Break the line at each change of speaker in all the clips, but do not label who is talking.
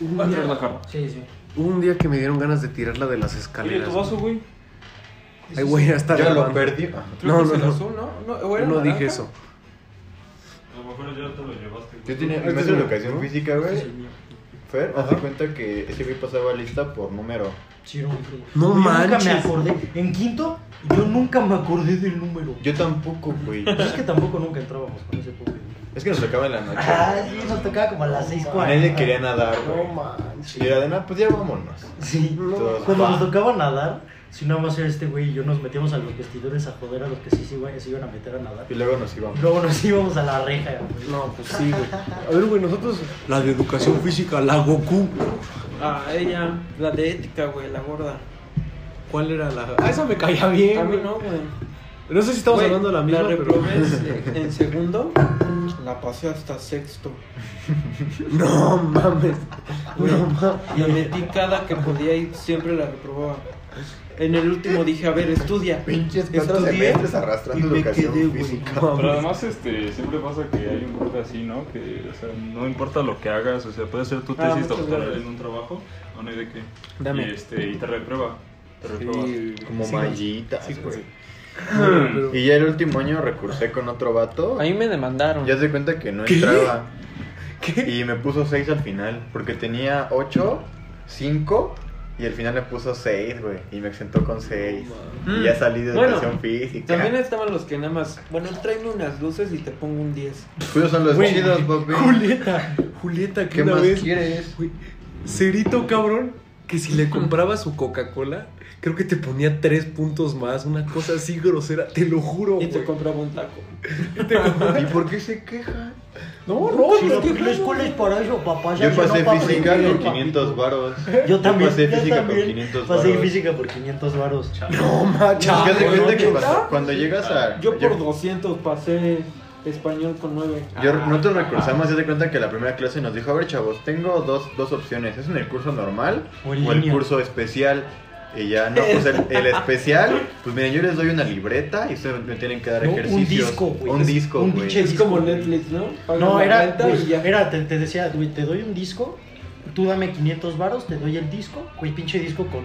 Hubo
Va a
un,
tirar la
día,
carne.
Sí, sí.
hubo un día que me dieron ganas de tirarla de las
Mira
escaleras.
tu vaso, güey.
Ay, güey, ya está
Ya lo
grabando.
perdí.
No,
Creo que
no,
es el
no.
azul, ¿no? No, ¿o
Yo
era
no
naranja?
dije eso.
A lo mejor ya te lo llevaste, güey.
Yo tenía
Este
mi maestro
es
de
el-
educación
¿no?
física,
Es
güey.
el mío.
Fer,
Ajá.
hace cuenta que ese güey pasaba lista por número.
Chirón, creo.
No
Yo Nunca me
manches.
acordé. En quinto, yo nunca me acordé del número.
Yo tampoco, güey.
Pues es que tampoco nunca entrábamos con ese pobre.
Es que nos tocaba en la noche.
Ah, sí, nos tocaba como a las seis cuarenta.
Nadie quería nadar,
ah, No
güey.
manches.
Y era de nada, pues ya vámonos.
Sí.
Todos,
Cuando
va.
nos tocaba nadar, si nada más era este güey y yo nos metíamos a los vestidores a joder a los que sí se iban, se iban a meter a nadar.
Y luego nos íbamos.
Luego nos íbamos a la reja. güey.
No, pues sí, güey. A ver, güey, nosotros. La de educación física, la Goku.
Ah, ella, la de ética, güey, la gorda.
¿Cuál era la.? Ah, esa me caía bien.
A mí
güey.
no, güey.
No sé si estamos
Güey,
hablando de la misma,
La
pero.
reprobé en- en segundo, la pasé hasta sexto.
No mames. No mames.
Me metí cada que podía y siempre la reprobaba. En el último dije, a ver, estudia.
Pinches cuatro
Estudié
semestres
y
arrastrando
me
educación
quedé, güey.
física.
Pero además, este, siempre pasa que hay un corte así, ¿no? Que, o sea, no importa lo que hagas, o sea, puede ser tu
Ah,
tesis
muchas
doctoral
gracias.
en un trabajo, o no hay de qué.
Dame.
Y, este, y te reprueba. Te reprueba.
Como mallitas,
Sí,
güey.
sí.
Mm.
Y ya el último año recursé con otro vato.
A mí me demandaron.
Ya se cuenta que no entraba. Y me puso 6 al final. Porque tenía 8, 5 y al final me puso 6, güey. Y me exentó con 6.
Mm.
Y ya salí de
Bueno,
educación física.
También estaban los que nada más, bueno, tráeme unas luces y te pongo un 10.
Cuyos son los
Güey,
chidos, papi.
Julieta, Julieta, que
¿Qué
una
más
vez.
quieres?
güey, Cerito, cabrón, que si le compraba su Coca-Cola, creo que te ponía tres puntos más, una cosa así grosera, te lo juro,
Y
güey.
te compraba un taco.
¿Y por qué se queja?
No, no,
Si
pues,
la
¿qué
la escuela es para eso, papá. ya
Yo
que no
pasé
pa'
física
aprender,
con
papito.
500 varos.
Yo también.
pasé
yo
física con
también
500
Pasé
varos.
física por 500 varos.
No,
Ah,
macha.
Ya se cuenta que
¿neta?
cuando, cuando llegas a.
Ah, Yo
ya-
por 200 pasé español con 9.
Yo, nosotros recursamos, ya de cuenta que la primera clase nos dijo, a ver chavos, tengo dos, dos opciones, es en el curso normal
O
o,
en
el
línea.
curso especial. Y ya, no, pues el, el especial, pues miren, yo les doy una libreta y ustedes me tienen que dar
No, un
ejercicios.
disco, güey.
Un
Es-
disco,
un
güey.
pinche-
Es como Netflix, ¿no? Pagas
No,
la
era,
renta
güey,
y
pues,
ya.
era te, te decía, güey, te doy un disco, tú dame 500 varos, te doy el disco, güey, pinche disco con...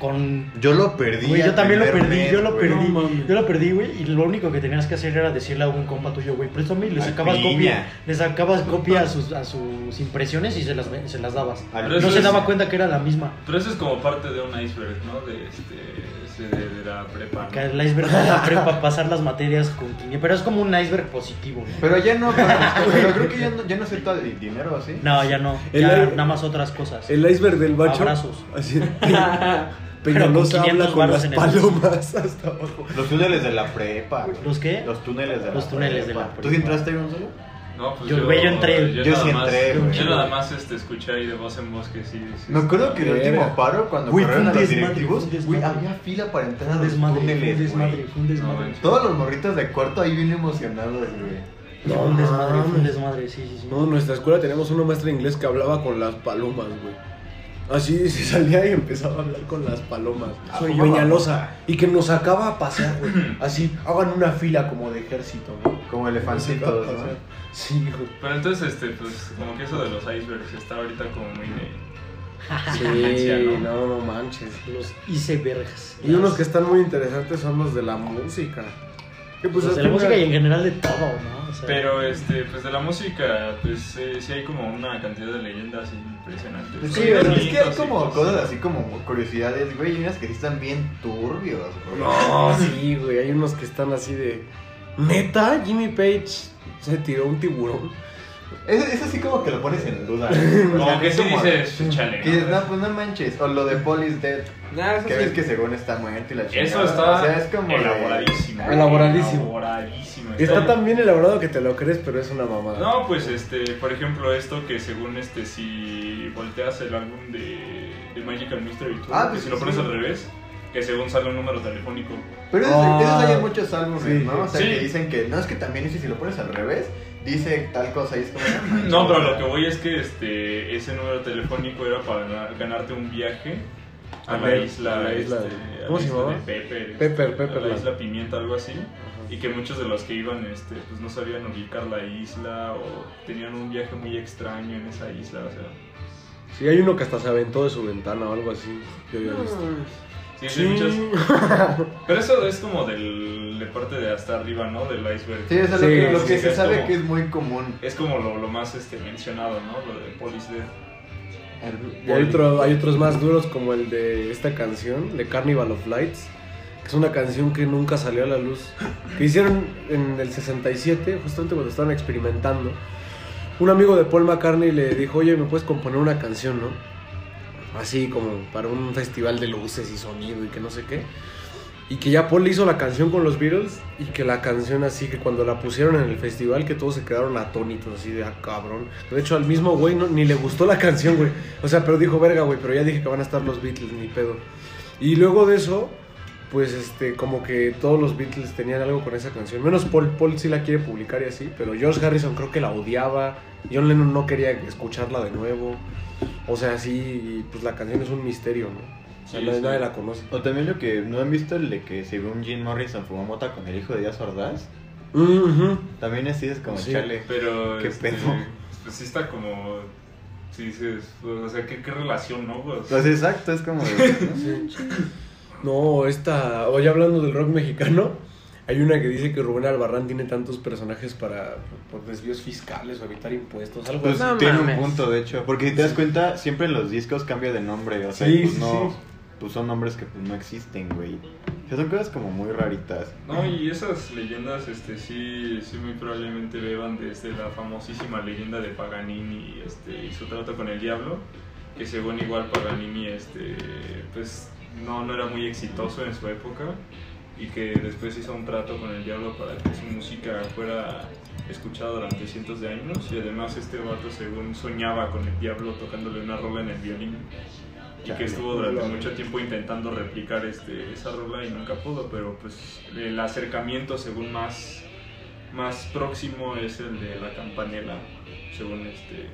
con
Yo lo perdí.
güey, yo
al
también lo
primer
perdí,
mes,
yo lo
güey.
perdí,
No mames.
yo lo perdí, güey, y lo único que tenías que hacer era decirle a un compa tuyo, güey, préstame y le
Al
sacabas
piña.
copia, le sacabas copia a sus, a sus impresiones y se las, se las dabas.
Al-
Pero
No
eso
se
es-
daba cuenta que era la misma.
Pero eso es como parte de un iceberg, ¿no? De, este, ese de, de la prepa. ¿no?
Acá el iceberg de la prepa, pasar las materias con 500, pero es como un iceberg positivo, güey.
Pero ya no, pero creo que ya no, ya no acepta di- dinero así.
No, ya no,
El
ya
iceberg-
nada más otras cosas.
El iceberg del bacho.
Abrazos.
Así. Peñalosa
Pero con 500
habla con
varos
las
en el-
palomas hasta abajo.
Los túneles de la prepa. güey.
¿Los qué?
Los túneles de la
Los túneles de la
¿Tú
prepa.
sí entraste, Gonzalo?
No, pues
Yo- güey, yo entré.
Yo
nada
sí
más-
entré, güey.
Yo nada más este, escuché ahí de voz en voz que sí. sí
Me acuerdo que en el último paro, cuando
Güey, fue
corrieron a
un
los
desmadre,
directivos,
fue un
güey,
desmadre.
había fila para entrar a
Un
los
desmadre,
túneles,
un desmadre,
güey.
fue un
No,
desmadre.
manches.
Todos los morritos de cuarto ahí bien emocionados, güey.
Fue un desmadre, fue un desmadre, sí, sí, sí.
Ah, No, en nuestra escuela teníamos una maestra de inglés que hablaba con las palomas, güey. Así se salía y empezaba a hablar con las palomas.
Ah,
Soy
¿cómo
Peñalosa. Y que nos sacaba a pasear, güey. Así, hagan una fila como de ejército, güey.
Como elefancitos,
Nos sacaba a pasear.
¿no?
Sí, güey.
Pero entonces, este, pues, como que eso de los icebergs está ahorita como muy de... Vigencia,
Sí, no, no manches. Los-
Hice vergas.
Y unos que están muy interesantes son los de la música. Que pues
Los
es
de la
una-
música y en general de todo, ¿no? O sea,
Pero, este, pues, de la música, pues, eh, sí hay como una cantidad de leyendas impresionantes.
Es
Pues,
que,
sí,
es que hay
mitos y
como
cosas.
cosas así como curiosidades, güey, y unas que sí están bien turbios, güey.
No, Oh, sí, güey. Hay unos que están así de. Neta, Jimmy Page se tiró un tiburón.
Es, es así como que lo pones en duda.
Como que
es
sí dices, chale,
Que
¿no?
dices, no, pues no manches. O lo de Paul is dead.
Nah, eso
Que
sí.
ves que según está muerto y la chingada.
Eso está
O sea, es como. de-
elaboradísimo. güey,
Elaboradísimo.
elaboradísimo.
Está tan bien elaborado que te lo crees, pero es una mamada.
No, pues este, por ejemplo, esto que según este, si volteas el álbum de, de Magical Mystery Tour,
Ah,
que
pues
si lo
sí.
pones al revés, que según sale un número telefónico.
Pero eso,
Ah.
eso hay en muchos álbumes,
Sí.
¿no? O sea,
Sí.
que dicen que. No, es que también ese, si lo pones al revés, dice tal cosa y es como. manches,
No, pero lo
o
que
sea,
voy es que este, ese número telefónico era para ganar- ganarte un viaje a,
A
la
ver,
isla,
a la isla
este,
de-
a
¿cómo
la
se
isla
llamaba?
de Pepper,
Pepper,
este, a
Pepperland.
la isla Pimienta, algo así.
Ajá.
Y que muchos de los que iban este, pues no sabían ubicar la isla o tenían un viaje muy extraño en esa isla, o sea.
Sí, hay uno que hasta se aventó de su ventana o algo así. Yo había visto.
Sí, sí, muchas. Pero eso es como del, de parte de hasta arriba, ¿no? Del iceberg.
Sí, eso es lo
Sí,
que, lo
sí,
que
sí,
se
es
sabe
como-
que es muy común.
Es como lo, lo más este, mencionado, ¿no? Lo de Police Dead.
Y hay, otro- hay otros más duros como el de esta canción, de Carnival of Lights, que es una canción que nunca salió a la luz, que hicieron en el 67, justamente cuando estaban experimentando. Un amigo de Paul McCartney le dijo, oye, ¿me puedes componer una canción, no? Así como para un festival de luces y sonido y que no sé qué. Y que ya Paul hizo la canción con los Beatles y que la canción así que cuando la pusieron en el festival que todos se quedaron atónitos así de ah, cabrón. De hecho al mismo güey no- ni le gustó la canción, güey. O sea, pero dijo, "Verga, güey, pero ya dije que van a estar los Beatles, ni pedo." Y luego de eso, pues este como que todos los Beatles tenían algo con esa canción, menos Paul, Paul sí la quiere publicar y así, pero George Harrison creo que la odiaba, John Lennon no quería escucharla de nuevo. O sea, sí, y, pues la canción es un misterio, ¿no? O sea,
Sí,
nadie,
sí.
nadie la conoce.
O también lo que no han visto, el de que según Jim Morrison fumó mota con el hijo de Díaz Ordaz,
Ujú.
también así es como
Sí.
chale.
Pero.
Qué
este,
pedo.
Pues sí está como. Si dices. pues, o sea, ¿qué, qué relación, no? Pues,
Pues exacto, es como... de-
No, esta. Hoy hablando del rock mexicano, hay una que dice que Rubén Albarrán tiene tantos personajes para. por desvíos fiscales o evitar impuestos, algo
Pues
así.
No
tiene
mames.
un punto, de hecho. Porque si te das cuenta, siempre en los discos cambia de nombre. O sea,
Sí,
y pues
sí,
no.
sí.
Pues son nombres que pues, no existen, güey. O sea, son cosas como muy raritas.
No, y esas leyendas, este, sí, sí, muy probablemente beban desde la famosísima leyenda de Paganini este, y su trato con el diablo, que según igual Paganini, este, pues, no, no era muy exitoso en su época y que después hizo un trato con el diablo para que su música fuera escuchada durante cientos de años y además este vato según soñaba con el diablo tocándole una rola en el violín y que
Chale.
estuvo durante mucho tiempo intentando replicar este, esa rola y nunca pudo, pero pues el acercamiento según más, más próximo es el de la campanela, según este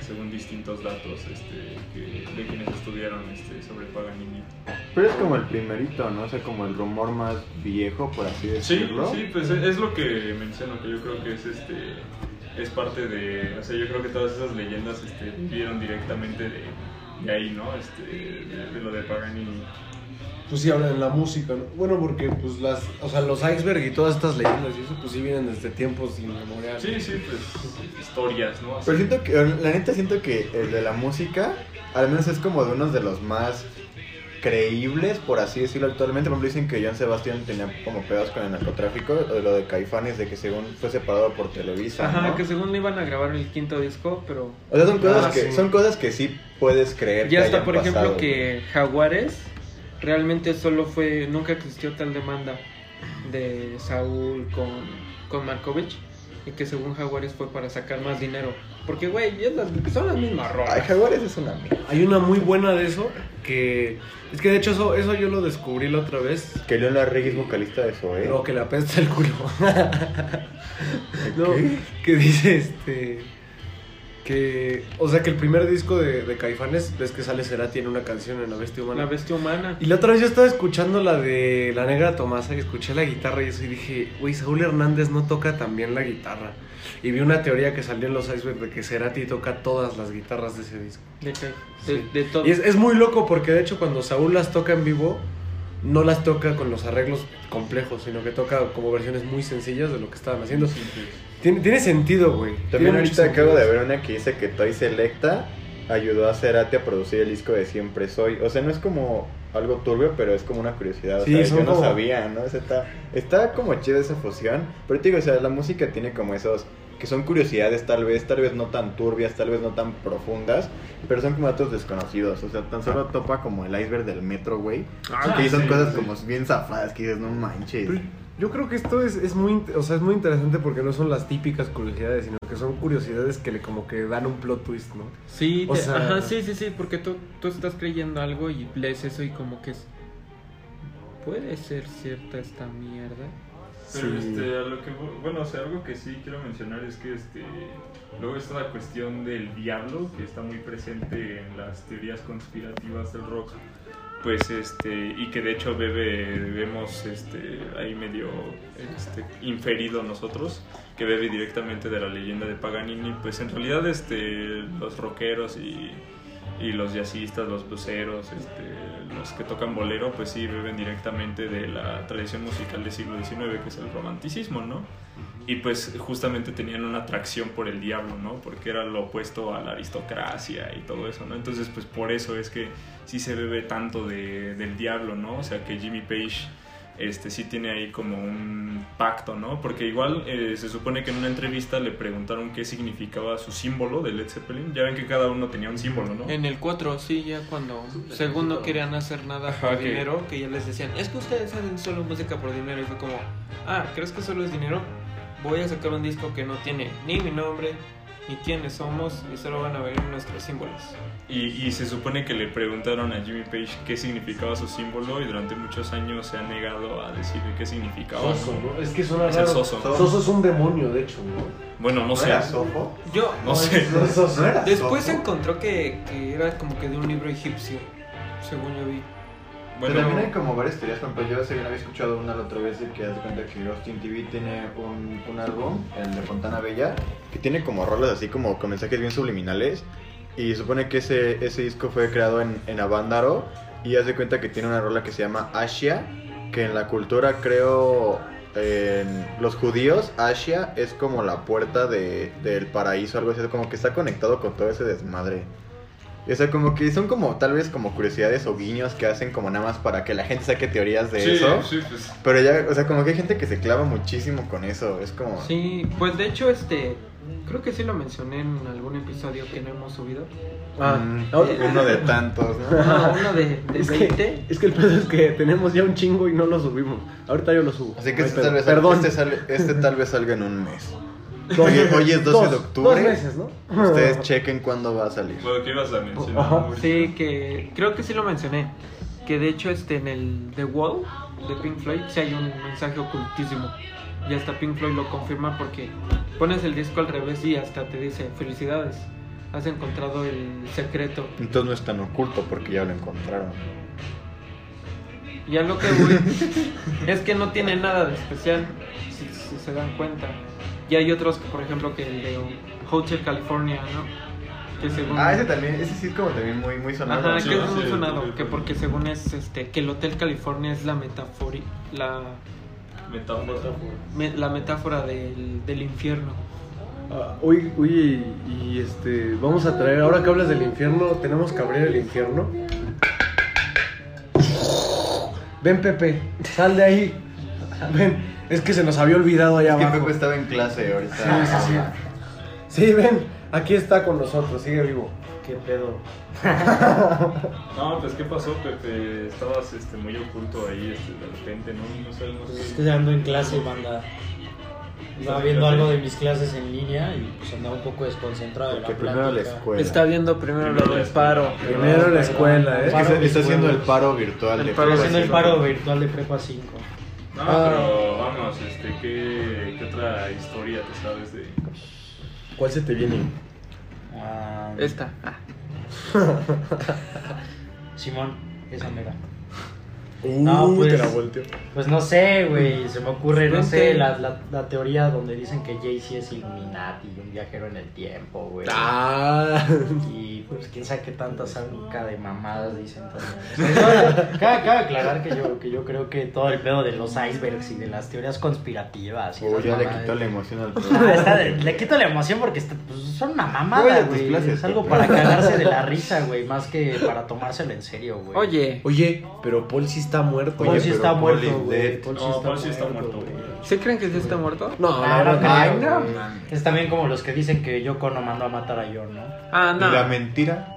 según distintos datos este, que- de quienes estudiaron este, sobre Paganini.
Pero es como el primerito, ¿no? O sea, como el rumor más viejo, por así
Sí,
decirlo.
sí, pues es, es lo que menciono, que yo creo que es este es parte de, o sea, yo creo que todas esas leyendas este, vieron directamente de, de ahí, ¿no? Este, de, de lo de Paganini.
Pues sí, hablan de la música, ¿no? Bueno, porque pues las. O sea, los iceberg y todas estas leyendas y eso, pues sí vienen desde tiempos inmemoriales.
Sí, sí, pues historias, ¿no? Así.
Pero siento que, la neta siento que el de la música, al menos es como de uno de los más creíbles, por así decirlo actualmente. Por ejemplo, dicen que John Sebastián tenía como pedos con el narcotráfico, o de lo de Caifanes, de que según fue separado por Televisa.
Ajá,
¿no?
que según le iban a grabar el quinto disco, pero
O sea, son cosas,
Ah,
que,
sí.
son cosas que sí puedes creer.
ya
que
está,
hayan
por ejemplo,
pasado.
que Jaguares realmente solo fue, nunca existió tal demanda de Saúl con, con Markovich y que según Jaguares fue para sacar más dinero. Porque, güey, es las- son las mismas
Ay,
rolas.
Jaguares es una mierda.
Hay una muy buena de eso, que. Es que de hecho eso, eso yo lo descubrí la otra vez.
Que León Larregui es vocalista de Zoé.
No, que la pesta el culo. no,
¿Qué?
que dice este. Que. O sea, que el primer disco de, de Caifanes, ves que sale Será, tiene una canción en La Bestia Humana.
La bestia humana.
Y la otra vez yo estaba escuchando la de La Negra Tomasa y escuché la guitarra y eso y dije, güey, Saúl Hernández no toca tan bien la guitarra. Y vi una teoría que salió en los Iceberg de que Cerati toca todas las guitarras de ese disco.
De, ca-
Sí.
de- de todo.
Y es, es muy loco porque de hecho cuando Saúl las toca en vivo, no las toca con los arreglos complejos, sino que toca como versiones muy sencillas de lo que estaban haciendo. Tiene, tiene sentido, güey.
También
Tiene mucho
ahorita acabo
sentido.
de ver una que dice que Toy Selecta ayudó a Cerati a producir el disco de Siempre Soy. O sea, no es como algo turbio, pero es como una curiosidad. O
Sí,
sea,
son
yo no
como-
sabía, ¿no? O sea, está, está como chida esa fusión. Pero te digo, o sea, la música tiene como esos que son curiosidades tal vez, tal vez no tan turbias, tal vez no tan profundas, pero son como datos desconocidos. O sea, tan solo topa como el iceberg del metro, güey.
Ah,
que ahí son
sí,
cosas
sí.
como bien zafadas que dices, no manches.
Pero Yo creo que esto es, es muy, int- o sea, es muy interesante porque no son las típicas curiosidades, sino que son curiosidades que le como que dan un plot twist, ¿no?
Sí,
O
te-
sea-
ajá, sí, sí, sí, porque tú, tú estás creyendo algo y lees eso y como que es... Puede ser cierta esta mierda.
Pero
Sí.
este, a lo que, vo- bueno, o sea, algo que sí quiero mencionar es que este, luego está la cuestión del diablo, que está muy presente en las teorías conspirativas del rock, pues este, y que de hecho bebe, vemos este, ahí medio este, inferido nosotros, que bebe directamente de la leyenda de Paganini, pues en realidad este, los rockeros y y los jazzistas, los blueseros, este, los que tocan bolero, pues sí beben directamente de la tradición musical del siglo XIX, que es el romanticismo, ¿no? Y pues justamente tenían una atracción por el diablo, ¿no? Porque era lo opuesto a la aristocracia y todo eso, ¿no? Entonces, pues por eso es que sí se bebe tanto de- del diablo, ¿no? O sea, que Jimmy Page este, sí tiene ahí como un pacto, ¿no? Porque igual eh, se supone que en una entrevista le preguntaron qué significaba su símbolo de Led Zeppelin. Ya ven que cada uno tenía un símbolo, ¿no?
En el 4, sí, ya cuando, según no querían hacer nada
Ajá,
por
que-
dinero, que ya les decían, es que ustedes hacen solo música por dinero. Y fue como, ah, ¿crees que solo es dinero? Voy a sacar un disco que no tiene ni mi nombre, ni quiénes somos, y solo van a ver nuestros símbolos.
Y, y se supone que le preguntaron a Jimmy Page qué significaba su símbolo y durante muchos años se ha negado a decir qué significaba. ¿no?
Soso, ¿no? Es que suena
Es el
raro.
soso.
Soso es un demonio, de hecho, ¿no?
Bueno, no
¿No
sé.
era Sofo?
Yo,
No sé.
No es soso.
¿No era
después se
Sofo?
encontró que, que era como que de un libro egipcio, según yo vi.
Pero
Bueno,
también hay como varias teorías, por ejemplo, yo hace bien había escuchado una la otra vez de que haz de cuenta que Austin TV tiene un, un álbum, el de Fontana Bella, que tiene como rolas así como con mensajes bien subliminales y supone que ese, ese disco fue creado en, en Avándaro y haz de cuenta que tiene una rola que se llama Asia, que en la cultura creo en los judíos Asia es como la puerta de, del paraíso, algo así, como que está conectado con todo ese desmadre. O sea, como que son como tal vez como curiosidades o guiños que hacen como nada más para que la gente saque teorías de
sí,
eso.
sí, pues,
Pero ya, o sea, como que hay gente que se clava muchísimo con eso. Es como...
Sí, pues de hecho, este, creo que sí lo mencioné en algún episodio que no hemos subido.
Ah,
mm,
ahora-
uno de tantos, ¿no?
Uno, uno de, de
Es
20.
que, es que el pedo es que tenemos ya un chingo y no lo subimos. Ahorita yo lo subo.
Así que
No hay
este
pedo.
tal, vez,
Perdón.
Este, sale- este tal vez salga en un mes.
Dos
Oye,
meses.
hoy es 12 de
Dos-
octubre.
Dos meses, ¿no?
Ustedes chequen cuándo va a salir.
bueno, ¿qué ibas a mencionar?
Ajá.
Mauricio?
Sí, que creo que sí lo mencioné. Que de hecho este en el The Wall de Pink Floyd sí hay un mensaje ocultísimo. Y hasta Pink Floyd lo confirma porque pones el disco al revés y hasta te dice felicidades. Has encontrado el secreto.
Entonces no es tan oculto porque ya lo encontraron.
Y a lo que voy es que no tiene nada de especial, si, si se dan cuenta. Y hay otros, por ejemplo, que el de Hotel California, ¿no? Que según...
Ah, ese también, ese sí es como también muy, muy sonado.
Ajá,
Sí,
que es
sí,
muy
sí,
sonado,
sí.
que porque según es este, que el Hotel California es la metafori, la,
Metáfora.
me- la metáfora del, del infierno.
Ah, oye, oye, y, y, este, vamos a traer, ahora que hablas del infierno, tenemos que abrir el infierno. Ven, Pepe, sal de ahí. Ven, es que se nos había olvidado allá
Es que
abajo.
Pepe estaba en clase ahorita.
Sí, sí, sí. Sí, ven, aquí está con nosotros, sigue vivo.
Qué pedo.
No, pues ¿qué pasó, Pepe? Estabas este, muy oculto ahí este, de repente, ¿no? No sé, no
Pues
sé.
es que ando en clase, banda. Estaba viendo algo de mis clases en línea y pues andaba un poco desconcentrado de la
Porque primero la
plática.
escuela.
viendo primero
lo del paro.
Primero la escuela,
Es
¿eh?
que
Paro
se-
de
está haciendo el
huevos.
paro virtual. de
El paro
Pepe.
Estoy haciendo el paro virtual de Prepa 5.
No,
Ah.
pero vamos, este, ¿qué, ¿qué otra historia te sabes de...?
Pues
¿Cuál se te viene?
Esta. ah.
Simón, esa mera. No,
Uy,
pues.
te la volteo.
Pues no sé, güey, se me ocurre, no
Vente.
sé, la, la, la teoría donde dicen que Jay-Z es Illuminati, un viajero en el tiempo, güey.
Ah,
Y pues quién sabe qué tantas saca de mamadas dicen también. O sea, Cabe, cabe aclarar que yo, que yo creo que todo el pedo de los icebergs y de las teorías conspirativas. y
Uy,
esas
ya le
mamadas-
quitó la emoción al
Ah,
programa.
está de-
eh.
le quito la emoción porque está- pues, son una
Voy a
mamada,
tus
güey.
clases,
Es algo
Pepe.
para cagarse de la risa, güey, más que para tomárselo en serio, güey.
Oye,
Oye, pero Paul sí está muerto.
Oye,
Paul sí
pero
está
Paul is
muerto, güey.
dead.
Paul sí
No,
está
Paul sí está muerto,
güey.
¿se creen que sí está muerto?
No,
Ah,
no,
no creo,
no, no.
güey. Es también como los que dicen que Yoko no mandó a matar a John, ¿no?
Ah,
Y
no.
la mentira.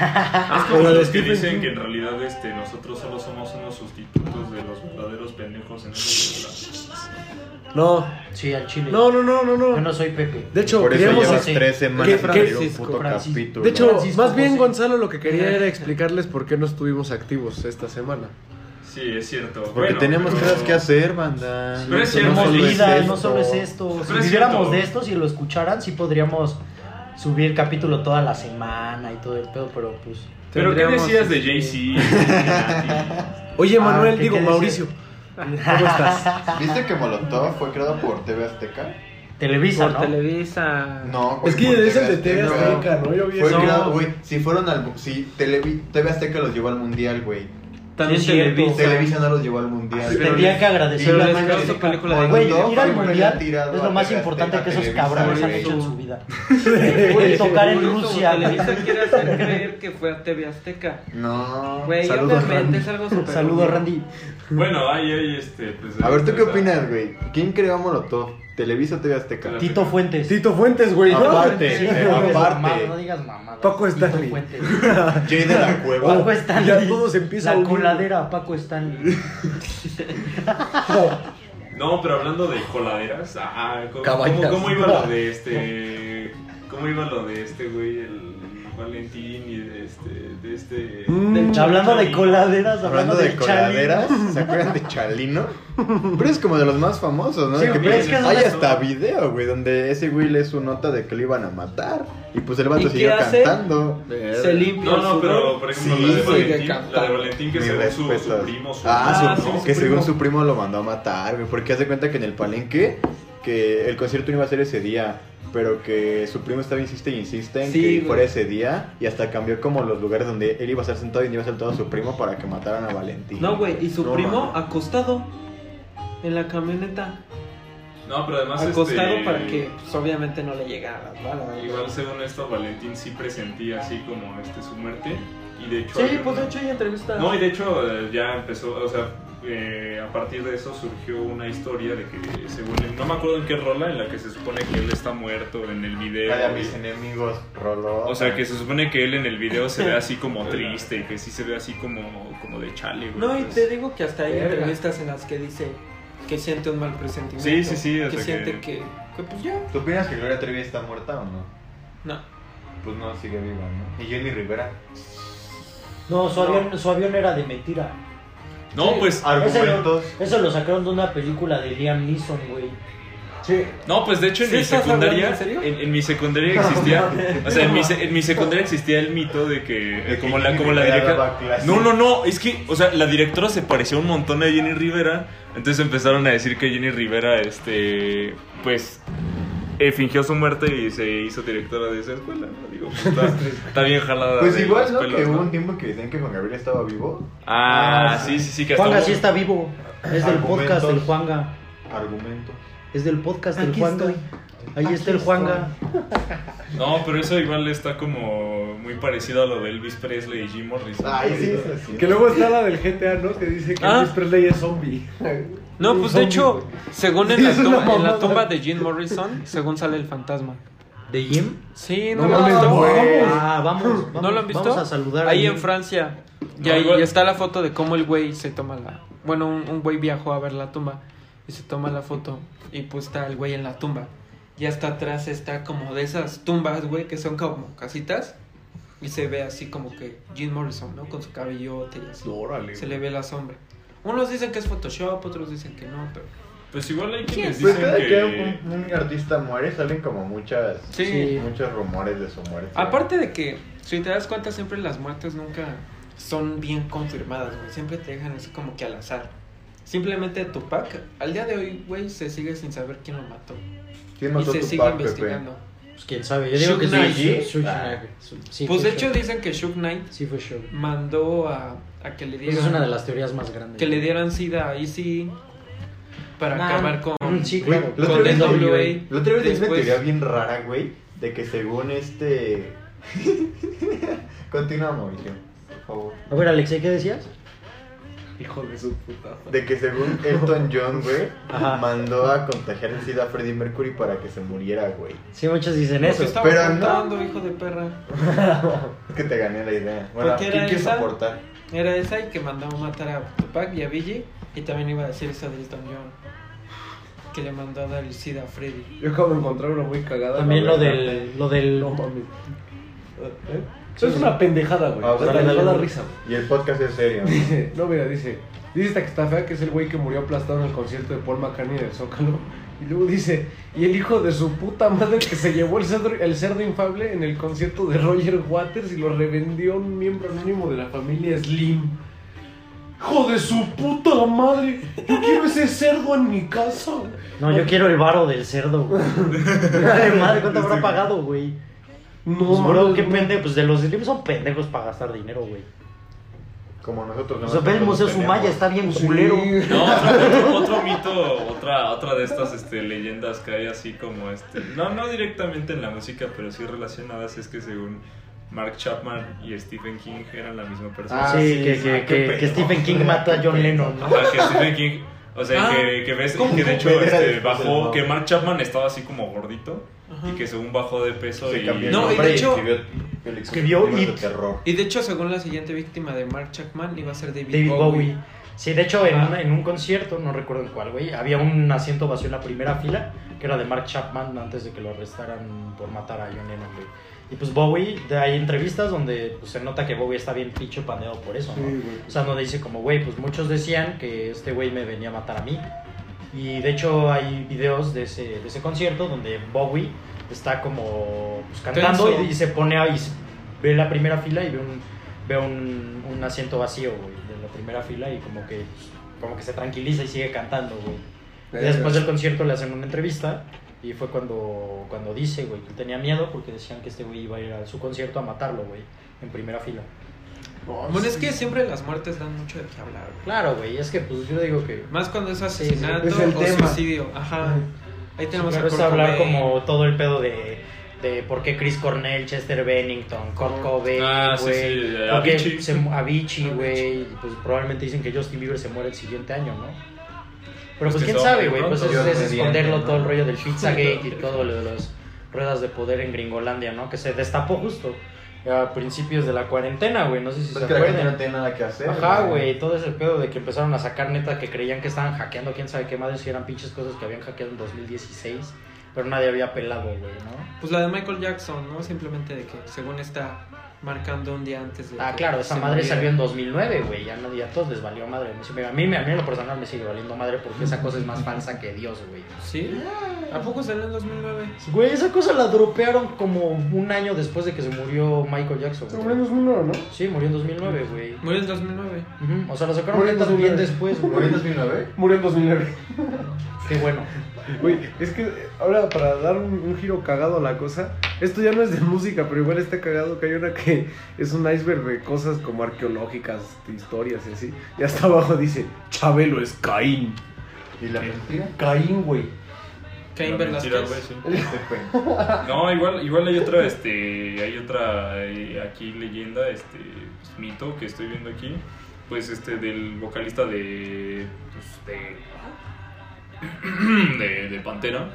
Ah, Es
pero
como
de
los que
Stephen King.
dicen que en realidad este, nosotros solo somos unos sustitutos de los verdaderos pendejos en esa sociedad.
No,
Sí, al chile.
no, no, no, no.
Yo no soy Pepe.
De hecho,
Por eso
queríamos-
llevas
sí.
tres semanas
¿Qué-
para
qué-
leer un puto
Francisco?
capítulo.
De hecho,
Francisco
más bien
José.
Gonzalo lo que quería era explicarles por qué no estuvimos activos esta semana.
Sí, es cierto.
Porque
Bueno,
tenemos
pero-
cosas que hacer, banda.
Pero es
Eso
cierto,
no
Tenemos
solo es
vida,
esto.
no solo es esto. Si
Pero es
viviéramos
cierto.
de esto, si lo escucharan, sí podríamos subir capítulo toda la semana y todo el pedo, pero pues.
¿Pero qué
Tendríamos,
decías de
este,
Jay-Z?
Oye,
Ah,
Manuel,
¿qué
digo,
quieres
Mauricio, ¿cómo estás?
¿Viste que Molotov fue creado por TV Azteca?
Televisa,
por
¿no?
Televisa.
No,
Es que
porque
es el de TV
Azteca,
Azteca, ¿no? Yo vi
Fue
eso.
creado, güey, si fueron al... Si Televi- TV Azteca los llevó al Mundial, güey.
También
Sí, es cierto.
Televisa.
Televisa no los llevó al Mundial.
Pero
Tendría
les-
que agradecer
pero
la
les
mano
causó
de-
película de
Güey,
Mundo,
ir al
fue un
mundial
tirado
es
a
lo más
TV
importante que
Azteca,
esos
Televisa,
cabrones han
güey.
hecho en su vida. Güey, tocar en
Seguro,
Rusia. güey.
Televisa quiere hacer creer que fue a TV Azteca.
No.
Güey,
Saludos,
obviamente
Randy.
es algo súper.
Saludos, Randy.
Bueno, ahí, ahí, este, pues...
A ver, ¿tú qué
esa-
opinas, güey? ¿Quién creó a Molotov? ¿Televisa o TV Azteca?
Claro.
Tito Fuentes.
Tito Fuentes, güey. ¿no?
Aparte,
Sí,
eh,
no digas
aparte.
mamadas, No digas mamadas.
Paco
Tito
Stanley.
Fuentes.
Jay de la
Paco
Cueva.
Stanley.
Ya todos empiezan a
La
unir.
coladera, Paco Stanley.
No, pero hablando de coladeras, ah, ¿cómo,
Cabañas.
cómo- cómo iba lo de este... ¿Cómo iba lo de este, güey, el Valentín y de este... De este...
Mm.
Del
Chalino?
Hablando de coladeras,
Hablando
hablando
de
del
coladeras,
Chalino.
¿se acuerdan de Chalino? Pero es como de los más famosos, ¿no?
Sí,
Que pues,
pero es que es
hay
una-
hasta video, güey, donde ese güey lee su nota de que lo iban a matar. Y pues el
¿Y
vato
qué
siguió
hace?
cantando.
Se limpia.
No,
el
no,
sudor.
pero por ejemplo
Sí,
la, de
soy de
Valentín,
capa.
la de Valentín que
Mis
según su, su
respetos.
primo, su
Ah,
Ah,
su-
sí,
que
su
según
primo.
su primo lo mandó a matar, güey. Porque hace cuenta que en el palenque, que el concierto no iba a ser ese día. Pero que su primo estaba insiste y insiste en
Sí,
que
güey.
fuera ese día. Y hasta cambió como los lugares donde él iba a estar sentado y iba a estar todo su primo para que mataran a Valentín.
No, güey, y su
No,
primo
mames.
acostado en la camioneta.
No, pero además
acostado
este,
para que, pues, obviamente, no le llegaran las balas. güey.
Igual según esto Valentín sí presentía así como este su muerte y de hecho
Sí,
hay
pues de
una-
hecho hay entrevistas.
No, y de hecho eh, ya empezó, o sea, eh, a partir de eso surgió una historia de que según él- no me acuerdo en qué rola en la que se supone que él está muerto en el video.
Vaya, mis enemigos, Roló.
O sea, que se supone que él en el video se ve así como triste y que sí se ve así como, como de chale, güey.
No, y
Pues,
te digo que hasta hay
Verga.
entrevistas en las que dice que siente un mal presentimiento.
Sí, sí, sí, o
Que
sea
siente
que-
que, que, pues ya.
¿Tú opinas que Gloria Trevi está muerta o no?
No.
Pues no, sigue viva, ¿no? Y Jenny Rivera.
No, su avión, su avión era de mentira.
No, pues,
Ese lo,
Argumentos.
eso lo sacaron de una película de Liam Neeson, güey.
Sí.
no, pues de hecho en
¿Sí
mi
estás hablando
secundaria,
en serio?
en, en mi secundaria existía, o sea, en mi, se- en mi secundaria existía el mito de que, eh,
que
como la,
Jenny
como la
Rivera
directora,
daba clases.
No, no, no, es que, o sea, la directora se parecía un montón a Jenny Rivera, entonces empezaron a decir que Jenny Rivera, este, pues, eh, fingió su muerte y se hizo directora de esa escuela, ¿no? Digo, pues, está, está bien jalada.
Pues
de
igual,
los
¿no?
pelos,
que
¿no?
hubo un tiempo que decían que Juan Gabriel estaba vivo.
Ah,
Ah,
sí, sí, sí, que hasta
Juanga
hubo-
sí está vivo. Es del
Argumentos.
podcast del Juanga.
Argumentos.
Es del podcast del
Aquí
Juanga.
estoy.
Ahí
Aquí
está el
estoy.
Juanga.
No, pero eso igual está como muy parecido a lo de Elvis Presley y Jim Morrison.
Ay, sí, es así.
Que luego está la del GTA, ¿no? Que dice que
Ah.
Elvis Presley es zombie.
No, pues de hecho, según en,
Sí,
la
es una
tumba, en
mamada.
la tumba de Jim Morrison, según sale el fantasma.
¿De Jim?
Sí,
No
no, lo
mames,
han visto.
güey.
Ah, vamos, vamos.
¿No lo han visto?
Vamos a saludar
Ahí
a
en
Jim.
Francia. Y
No,
ahí
igual-
está la foto de cómo el güey se toma la. Bueno, un, un güey viajó a ver la tumba y se toma la foto. Y pues está el güey en la tumba. Y hasta atrás está como de esas tumbas, güey, que son como casitas. Y se ve así como que Jim Morrison, ¿no? Con su cabellote y así.
Órale.
Se le ve la sombra. Unos dicen que es Photoshop, otros dicen que no, pero.
Pues igual hay quienes
Pues
dicen
cada que
que...
un, un artista muere salen como muchas,
Sí.
muchos rumores de su muerte.
Aparte de que, si te das cuenta, siempre las muertes nunca son bien confirmadas, güey. Siempre te dejan así como que al azar. Simplemente Tupac, al día de hoy, güey, se sigue sin saber quién lo mató.
¿quién
Y
mató
se
tu
sigue
pack,
investigando.
Pues quién sabe. Yo digo que sí.
Shug
Knight.
Shug- Shug
Ah.
Knight. Sí,
pues
fue
de hecho
Shug.
dicen que Shook Knight
Sí fue show.
mandó a, a que le
Esa
dieran
Pues, es una de las teorías más grandes.
que le dieran sida a Easy para
Ah,
acabar con
Sí,
Güey,
claro.
la
con
otra vez-
NWA.
La otra vez leí una
Después-
teoría bien rara, güey, de que según este... Continúa, Mauricio, por favor.
A ver, Alexei, ¿qué decías?
Hijo de su puta.
De que según Elton John, güey,
Ajá.
mandó a contagiar el SIDA a Freddie Mercury para que se muriera, güey.
Sí, muchos dicen
No,
eso.
se estaba
pero no.
contando, hijo de perra.
Es que te gané la idea. Bueno,
¿Por qué era
¿quién quieres
esa?
aportar?
Era esa y que mandó a matar a Tupac y a Biggie. Y también iba a decir eso de Elton John. Que le mandó a dar el SIDA a Freddy.
Yo acabo de encontrar una muy cagada.
También
la
lo
verdad.
del, lo del.
No mames. ¿Eh? Eso es una pendejada, güey.
Ah,
Hasta
dale,
me
dale,
da la
dale.
risa, güey.
Y el podcast es serio.
Dice, no, mira, dice, dice esta que está fea, que es el güey que murió aplastado en el concierto de Paul McCartney del Zócalo. Y luego dice, y el hijo de su puta madre que se llevó el cerdo, el cerdo infable en el concierto de Roger Waters y lo revendió un miembro anónimo de la familia Slim. ¡Hijo de su puta madre! Yo quiero ese cerdo en mi casa.
No, yo quiero el varo del cerdo, güey. Ay, madre, ¿cuánto habrá pagado, güey?
No,
Pues, bro,
mames,
qué
no.
pendejo. Pues de los libros son pendejos para gastar dinero, güey.
Como nosotros.
O
¿no?
sea, ve el
Nosotros
Museo
tenemos.
Sumaya, está bien culero.
Sí. pues,
No, otro, otro mito, otra, otra de estas este, leyendas que hay así como este. No, no directamente en la música, pero sí relacionadas es que según Mark Chapman y Stephen King eran la misma persona.
Ah,
sí,
sí,
que,
sí,
que,
qué
que-
pedo.
que Stephen King mató a John Lennon, ¿no?
Ajá, que Stephen King. O sea,
Ah,
que, que ves
¿cómo?
que de hecho
Era
este,
después del
bajó,
mapa.
que Mark Chapman estaba así como gordito y que según bajó de peso
Se
y
cambió el
No, y de
nombre
hecho-
escribió Félix
escribió Pues
Libros de
It.
terror.
Y de hecho, según la siguiente víctima de Mark Chapman, iba a ser David,
David
Bowie.
Bowie. Sí, de hecho, en,
Ah.
Ajá.
una- en un concierto, no recuerdo en cuál, güey, había un asiento vacío en la primera fila, que era de Mark Chapman antes de que lo arrestaran por matar a John Lennon, güey. Y pues Bowie, de- hay entrevistas donde pues, se nota que Bowie está bien pinche paneado por eso, ¿no? O sea, donde dice como, güey, pues muchos decían que este güey me venía a matar a mí. Y de hecho hay videos de ese, de ese concierto donde Bowie está como pues, cantando
Tenso.
y, y se pone ahí, ve la primera fila y ve un, ve un, un asiento vacío, güey, de la primera fila y como que, pues, como que se tranquiliza y sigue cantando, güey.
pues,
Y después del concierto le hacen una entrevista y fue cuando, cuando dice, güey, que tenía miedo porque decían que este güey iba a ir a su concierto a matarlo, güey, en primera fila.
Bueno, es que siempre las muertes dan mucho de qué hablar, güey.
Claro, güey, es que pues yo digo que...
Más cuando es
Sí, sí.
asesinato
Es el
o
tema.
suicidio. Ajá. Ahí tenemos
Claro,
a
es
Kurt
hablar
Cobain.
como todo el pedo de, de por qué Chris Cornell, Chester Bennington, Kurt
Kurt.
Cobain,
Ah, sí,
güey.
sí,
Porque
Avicii.
se mu- Avicii, güey. y Pues probablemente dicen que Justin Bieber se muere el siguiente año, ¿no? Pero
Pues
pues
que
quién
se va a
sabe,
morir
güey. Pues
pronto.
es, es
Dios mediante,
esconderlo
¿no?
todo el rollo del Pizzagate y todo lo de las ruedas de poder en Gringolandia, ¿no? Que se destapó justo a principios de la cuarentena, güey. No sé si se
Pues es que la gente
acuerdan.
no tiene nada que hacer.
Ajá, güey, todo ese pedo de que empezaron a sacar neta que creían que estaban hackeando, quién sabe qué madres, si eran pinches cosas que habían hackeado en 2016, pero nadie había pelado, güey, ¿no?
Pues la de Michael Jackson, ¿no? Simplemente de que según está marcando un día antes de.
Ah,
que
claro, esa
se
madre
muriera.
salió en 2009, güey, ya nadie, a todos les valió madre. No sé, pero A mí, me- a mí en lo personal me sigue valiendo madre porque esa cosa es más falsa que Dios, güey.
¿Sí? ¿A poco salió en 2009?
Güey, esa cosa la dropearon como un año después de que se murió Michael Jackson,
Pero bueno,
güey.
es uno, ¿no?
Sí, murió en 2009, güey.
Murió en 2009.
Ujú, O sea, la sacaron
Murió en
neta bien
2009.
después,
¿Murió
güey.
en 2009?
Murió en 2009.
Qué bueno.
Güey, es que eh, ahora para dar un, un giro cagado a la cosa, esto ya no es de música, pero igual está cagado que hay una que es un iceberg de cosas como arqueológicas, de historias y así. Y hasta abajo dice, Chabelo es Caín.
¿Y la mentira?
Caín, güey.
Cain
La mentira, güey,
Velázquez.
sí.
Este fue.
No, igual, igual hay otra, este, hay otra eh, aquí leyenda, este, pues, mito que estoy viendo aquí, pues este del vocalista de, pues, de, de, de Pantera,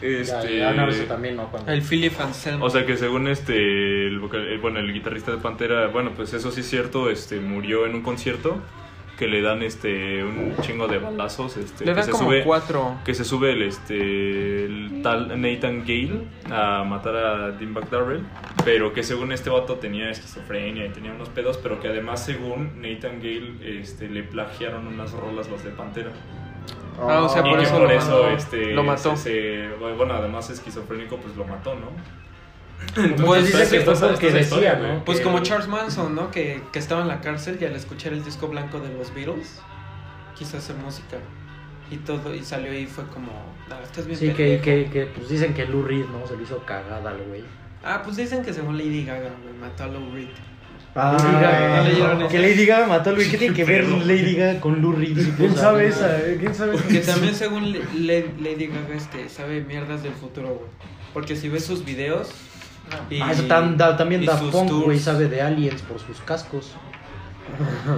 este,
Ya, ya, no, eso también, ¿no? Cuando-
El Philip Anselmo.
o sea que según este, el vocal- eh, bueno, el guitarrista de Pantera, bueno, pues eso sí es cierto, este, murió en un concierto que le dan este un chingo de balazos, este,
Le
que
dan
se
como
sube-
cuatro.
que se sube el, este, el tal Nathan Gale a matar a Dean Darrell, pero que según este vato tenía esquizofrenia y tenía unos pedos, pero que además según Nathan Gale este, le plagiaron unas rolas las de Pantera.
Ah, o sea,
y
por
que
eso
por
lo
eso
mató.
este,
Lo mató.
se- se- bueno, además esquizofrénico, pues lo mató, ¿no?
Pues dice que
esta-
fue
esta-
porque
esta
decía,
historia,
¿no?
güey.
Pues
que-
como Charles Manson, ¿no? Que, que estaba en la cárcel y al escuchar el disco blanco de los Beatles, quiso hacer música. Y todo, y salió y fue como, ah, estás bien
Sí, que,
pendejo".
que, que pues dicen que Lou Reed, ¿no? Se le hizo cagada al güey.
Ah, pues dicen que según Lady Gaga, güey, mató a Lou Reed.
Ah,
Lady Gaga,
Ah, no leyeron
¿no?
eso.
ah, que Lady Gaga mató al güey. ¿Qué tiene que ver Lady Gaga con Lou Reed? Sí,
¿Quién
pues,
sabe
ah,
¿no?
esa? eh? ¿Quién sabe
Pues,
Que
esa?
también según Le- Le- Lady Gaga, este, sabe mierdas del futuro, güey. Porque si ves sus videos... Y,
Ah, eso tan- da- también
y
Daft
sus
Punk,
tours.
güey, sabe de aliens por sus cascos.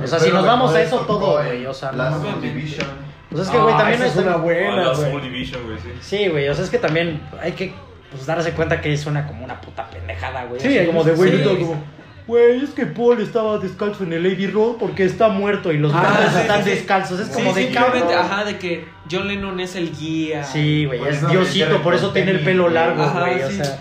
O sea,
Pero
si nos
me
vamos a
parece
eso
que
todo,
eh,
fue
güey, o sea,
Last
no.
Division.
Pues es que, güey,
Ah,
también
esa
no
es una
Ah,
buena,
la Soul
güey.
Division, güey, sí.
Sí, güey, o sea, es que también hay que pues, darse cuenta que suena como una puta pendejada, güey.
Sí,
Así
como de
sí.
güey, como...
Güey, es que Paul estaba descalzo en el Lady Road porque está muerto y los
Ah,
demás
sí,
están
sí, sí.
descalzos. Es
Sí,
como de
simplemente,
cabrón.
ajá, de que John Lennon es el guía.
Sí, güey,
Por
es
eso
Diosito,
me
por eso tiene el pelo largo,
Ajá,
güey. O
sí.
sea,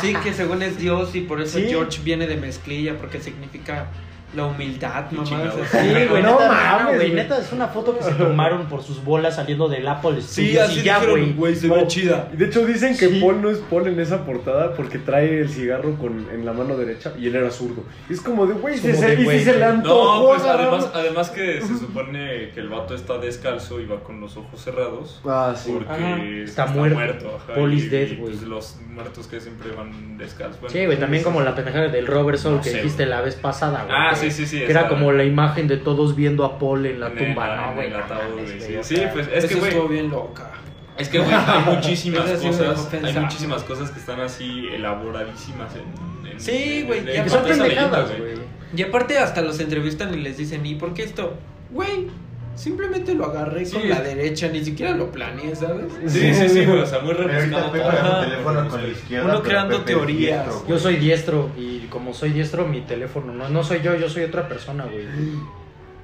Sí, que según es Dios y por eso
Sí.
George viene de mezclilla porque significa La humildad,
Qué
mamadas
chingados.
así.
Sí, güey,
No
neta,
mames,
no, güey.
güey.
Neta, es una foto que se tomaron por sus bolas saliendo del Apple
Sí,
Studios
así
y ya,
dijeron,
güey.
güey, se
No.
ve chida.
Y de hecho dicen que
Sí.
Paul no es Paul en esa portada porque trae el cigarro con, en la mano derecha y él era zurdo. Y es como de, güey,
Es
si
como
se,
de,
y si
güey.
se le antojó.
No, pues
agarrarlo.
además, además que se supone que el vato está descalzo y va con los ojos cerrados.
Ah, sí.
Porque
Ajá.
está,
Está
muerto.
muerto.
ajá,
Paul is
y-
dead,
y,
güey.
pues, los muertos que siempre van descalzos. bueno. pues,
Sí, güey, también como la pendejada del Robert Soul
No
que
sé,
dijiste
güey.
la vez pasada, güey.
Ah,
que-
sí, sí, sí,
Que
esa-
era como la imagen de todos viendo a Paul en la
En el-
tumba,
en
¿no,
el
güey? No
ataúd,
mames,
güey,
güey,
sí.
o
Sí,
sea,
pues es que,
Eso
güey,
estuvo bien loca.
es que, güey, hay muchísimas
Esa sí me dejó
cosas, hay
pensando.
muchísimas cosas que están así elaboradísimas en... en-
Sí, güey,
en-
y
en
Que son
esa leyenda,
pendejadas, güey.
Y aparte hasta los entrevistan y les dicen, ¿y por qué esto? Güey, simplemente lo agarré
Sí.
con la derecha, ni siquiera lo planeé, ¿sabes?
Sí, sí, sí, güey, o sea, muy rebuscado.
Ahorita
todo.
Pepe agarra
Ajá.
el teléfono con la izquierda.
Uno
pero
creando
Pepe es
teorías.
diestro, güey.
Yo soy diestro y como soy diestro, mi teléfono no, no soy yo, yo soy otra persona, güey.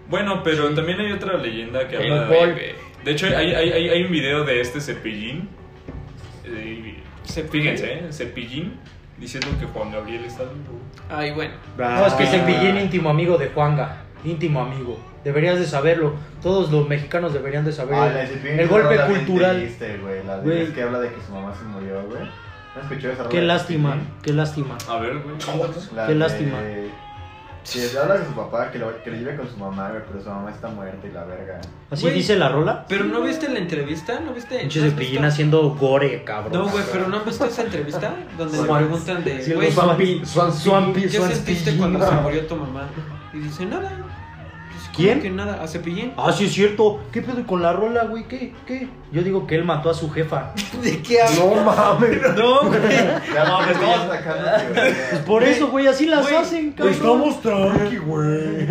Bueno, pero
Sí.
también hay otra leyenda que
El
habla
Paul.
de... De hecho, hay, hay, hay, hay un video de este cepillín. eh, Fíjense, ¿eh? Cepillín diciendo que Juan Gabriel está vivo.
Ay, bueno.
No, es que
Ah.
Cepillín, íntimo amigo de Juanga. Íntimo amigo. Deberías de saberlo. Todos los mexicanos deberían de saberlo.
Ah, la de Cepillín
el
que
golpe
solamente
cultural.
Viste, güey, la de
Güey.
es que habla de que su mamá se murió, güey. ¿No escuchó esa rola
Qué
de
lástima,
Cepillín?
qué lástima.
A ver, güey.
La
Qué
de-
lástima.
Sí, le habla de su papá, que, lo, que le lleve con su mamá, güey, pero su mamá está muerta y la verga.
¿Así
Güey.
dice la rola?
Pero no viste la entrevista, no viste.
Pinche
¿No has
Cepillín
visto?
haciendo gore, cabrón.
No, güey, pero no han visto esa entrevista donde le
Juan-
preguntan de,
Sí,
güey,
los Swampi- Swan- Swampi-
¿qué
Swan
sentiste
Cepillín.
cuando se murió tu mamá? Y dice, nada. Pues, ¿cómo
¿Quién?
Que nada, a Cepillín.
Ah, sí es cierto. ¿Qué pedo con la rola, güey? ¿Qué? ¿Qué? Yo digo que él mató a su jefa.
¿De qué hablas?
No mames.
No, güey.
Ya no, pues no. Sacando
Pues
teorías.
por
Güey,
eso, güey, así las
güey,
hacen, cabrón.
tranqui, güey.